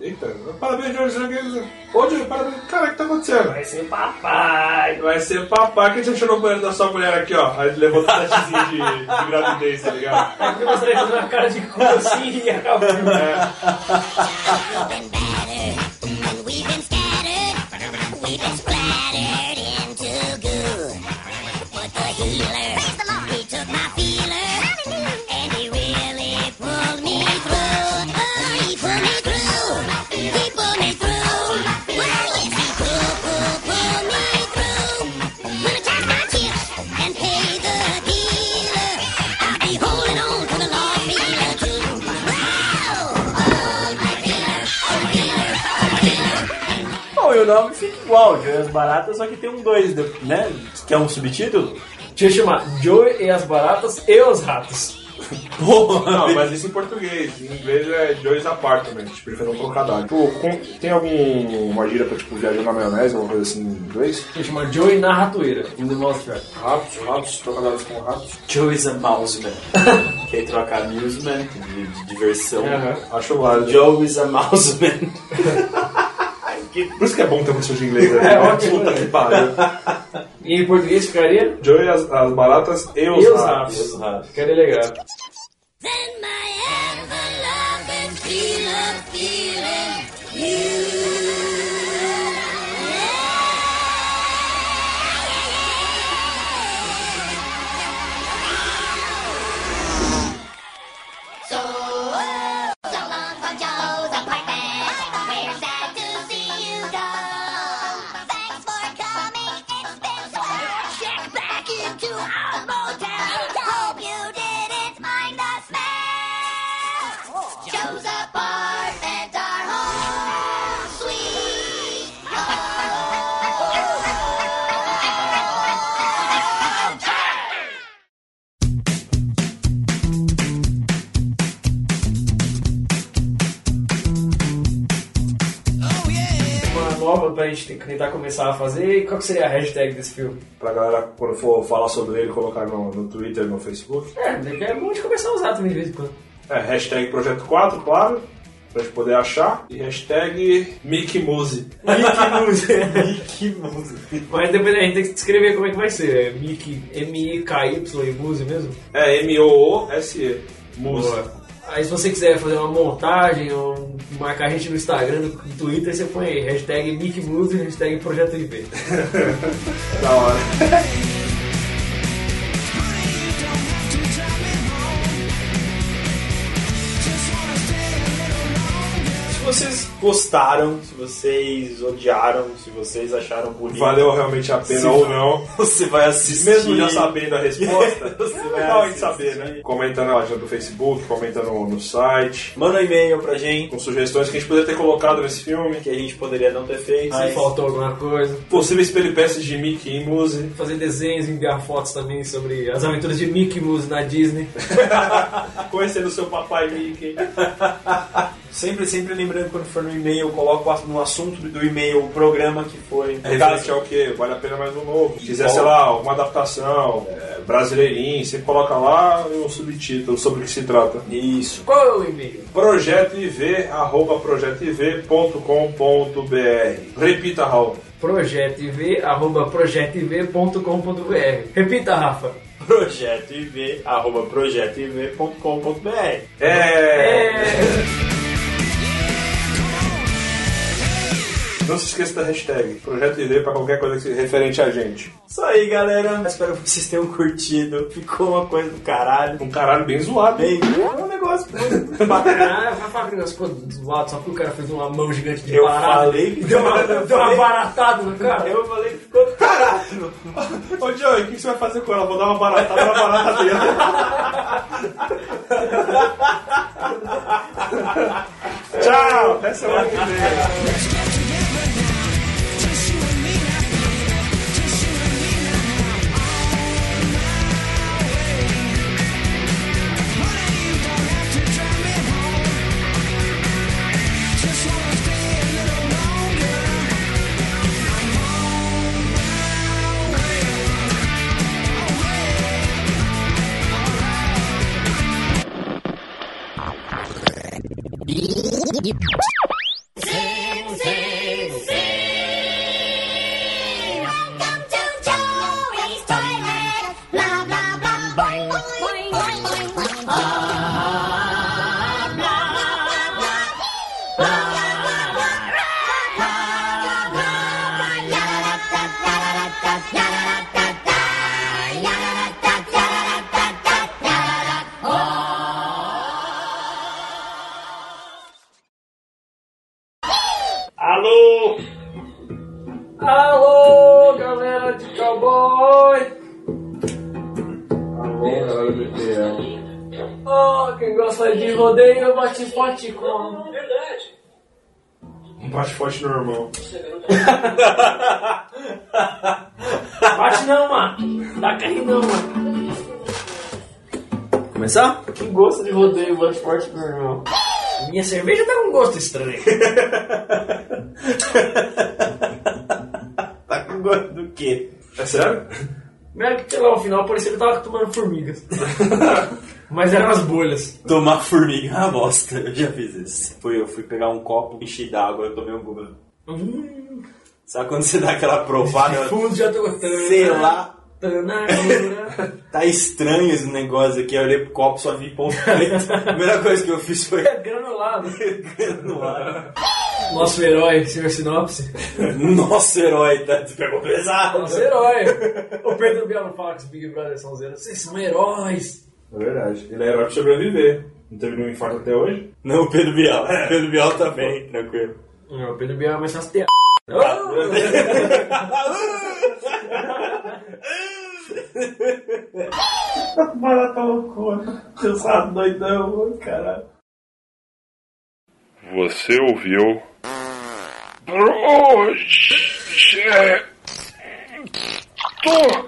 S4: Eita, parabéns, Joe, isso aqui. Ô, Joe, parabéns. Cara, o que tá acontecendo? Vai ser papai. Vai ser papai. Quem te achou no banheiro da sua mulher aqui, ó? Aí ele levou o testezinho de, de gravidez, tá ligado?
S2: Aí fica mostrando ele fazendo uma cara de cu assim e acaba o filme.
S7: We've been scattered, we've been splattered into goo. But the healer, he took my feeler, and he really pulled me through. Oh, he pulled me through, he pulled me through. Well, yes, he pulled, pulled, pulled me through. When I cash my chips and pay the dealer, I'll be holding on to the Lord feeler too. Wow, oh, my feeler, oh, feeler, oh, feeler.
S3: Bom, e o nome fica igual, Joy as Baratas, só que tem um dois, né? Que é um subtítulo.
S2: Deixa eu chamar Joey e as baratas e os ratos.
S3: Porra!
S4: Não, mas isso em português. Em inglês é Joe's Apartment. Tipo, ele fez um trocadilho. Tipo, com- tem alguma gíria pra, tipo, viajar na maionese, alguma coisa assim em inglês?
S2: Deixa eu chamar Joey na ratoeira. In the Monster.
S4: Ratos, ratos, trocadilhos com ratos.
S3: Joy's Amusement. que aí troca amusement, de, de diversão.
S4: Acho válido.
S3: Joy's Amusement.
S4: Por isso que é bom ter um professor de inglês, né?
S2: É ótimo,
S4: Puta
S2: né?
S4: que pariu.
S2: E em português ficaria?
S4: Joey, as, as baratas e os
S2: E os
S4: ratos.
S2: ratos. Ficaria legal.
S7: Then my ever-loving feeler, feeling you. So, so long from Joe's apartment. We're sad to see you go. Thanks for coming. It's been so long. Check back into our motel. Hope you didn't mind the smell. Joe's apartment, our home.
S2: nova pra gente ter- tentar começar a fazer? E qual que seria a hashtag desse filme?
S4: Pra galera, quando for falar sobre ele, colocar no, no Twitter, no Facebook.
S2: É, daqui é bom de começar a usar também de vez em quando.
S4: É, hashtag Projeto 4, claro, pra gente poder achar. E hashtag Mickey Muse.
S2: Mickey Muse. Mas depois a gente tem que descrever como é que vai ser. É Mickey, M-I-K-Y, Muse mesmo?
S4: É, M-O-O-S-E. Muse.
S2: Aí se você quiser fazer uma montagem ou marcar a gente no Instagram, no Twitter, você põe aí, hashtag MickMuse, hashtag Projeto IV.
S4: Da hora.
S3: Se vocês gostaram, se vocês odiaram, se vocês acharam bonito.
S4: Valeu realmente a pena
S3: se-
S4: ou não.
S3: Você vai assistir.
S4: Mesmo já sabendo a resposta,
S3: Você
S4: é
S3: vai
S4: legal a gente
S3: assistir.
S4: saber, né? Comenta na página do Facebook, comenta no, no site.
S3: Manda um e-mail pra gente
S4: Com sugestões que a gente poderia ter colocado nesse filme.
S3: que a gente poderia não ter feito.
S2: Se faltou alguma coisa.
S4: Possíveis peripécias de Mickey e Muse.
S2: Fazer desenhos, enviar fotos também sobre as aventuras de Mickey Mouse na Disney.
S3: é
S4: Conhecendo seu papai Mickey.
S3: Sempre, sempre lembrando quando for no e-mail, coloca no assunto do e-mail o programa que foi.
S4: É referente ao que? Vale a pena mais um novo. Se quiser,
S3: Bom.
S4: sei lá, uma adaptação é, brasileirinha, você coloca lá um subtítulo sobre o que se trata.
S3: Isso.
S2: Qual é o e-mail?
S4: projetoiv, arroba projetoiv.com.br Repita, Raul.
S2: projetoiv.com.br Repita, Rafa.
S3: projetoiv, arroba projetoiv.com.br.
S4: É... Não se esqueça da hashtag Projeto IV para qualquer coisa que se referente a gente.
S3: Isso aí, galera. Espero que vocês tenham curtido. Ficou uma coisa do caralho.
S4: Um caralho bem zoado. hein?
S3: Bem, é um negócio muito bacana.
S2: Ah, Rafa Grigas ficou zoado só porque o cara fez uma mão gigante de
S3: Eu
S2: barata.
S3: falei que-
S2: deu uma,
S3: eu
S2: deu uma
S3: falei-
S2: baratada no cara.
S3: Eu falei que ficou do caralho.
S4: Ô, Joey, o que você vai fazer com ela? Vou dar uma baratada na barata dela. Tchau! Até semana que vem.
S7: Sing, sing, sing. Welcome to Joey's Toilet. Blah, blah, blah. Boing, boing, boing, boing, boing. Ah, blah, blah, blah. Blah, blah, blah, blah. Blah, blah, blah, blah. Ya-da-da-da, ya-da-da-da, ya-da-da-da-da. Ya-da-da-da, ya-da-da-da-da, ya-da-da.
S3: Alô?
S2: Alô, galera de cowboy!
S4: é.
S2: Oh, quem gosta de rodeio bate forte com. Verdade.
S4: Um bate forte no irmão.
S2: Bate não, mano. Dá carrinho não, mano.
S3: Começar?
S2: Quem gosta de rodeio bate forte com o irmão. Minha cerveja tá com gosto estranho.
S3: Tá com gosto do quê?
S4: É sério?
S2: Melhor é que sei lá, no final parecia que eu tava tomando formigas. Mas eram as bolhas.
S3: Tomar formiga é uma bosta. Eu já fiz isso. Foi eu fui pegar um copo, enchi d'água, eu tomei um gula.
S2: Hum,
S3: Sabe quando você dá aquela provada?
S2: fundo já tô gostando.
S3: Sei lá.
S2: Tanagura.
S3: Tá estranho esse negócio aqui. Eu olhei pro copo, só vi ponto preto. A primeira coisa que eu fiz foi...
S2: É granulado. Nosso herói, senhor Sinopse.
S3: Nosso herói, tá? Você pegou pesado.
S2: Nosso herói. O Pedro Bielo fala que os Big Brother são zero. Vocês são heróis.
S4: É verdade. Ele é herói pra sobreviver. Não teve nenhum infarto até hoje?
S3: Não, o Pedro Bial. O Pedro Bial tá bem, tranquilo.
S2: Não, o Pedro Bielo é mais fácil ter.
S4: Barata loucura. tá Cansado, doidão, caralho.
S18: Você ouviu? Projeto.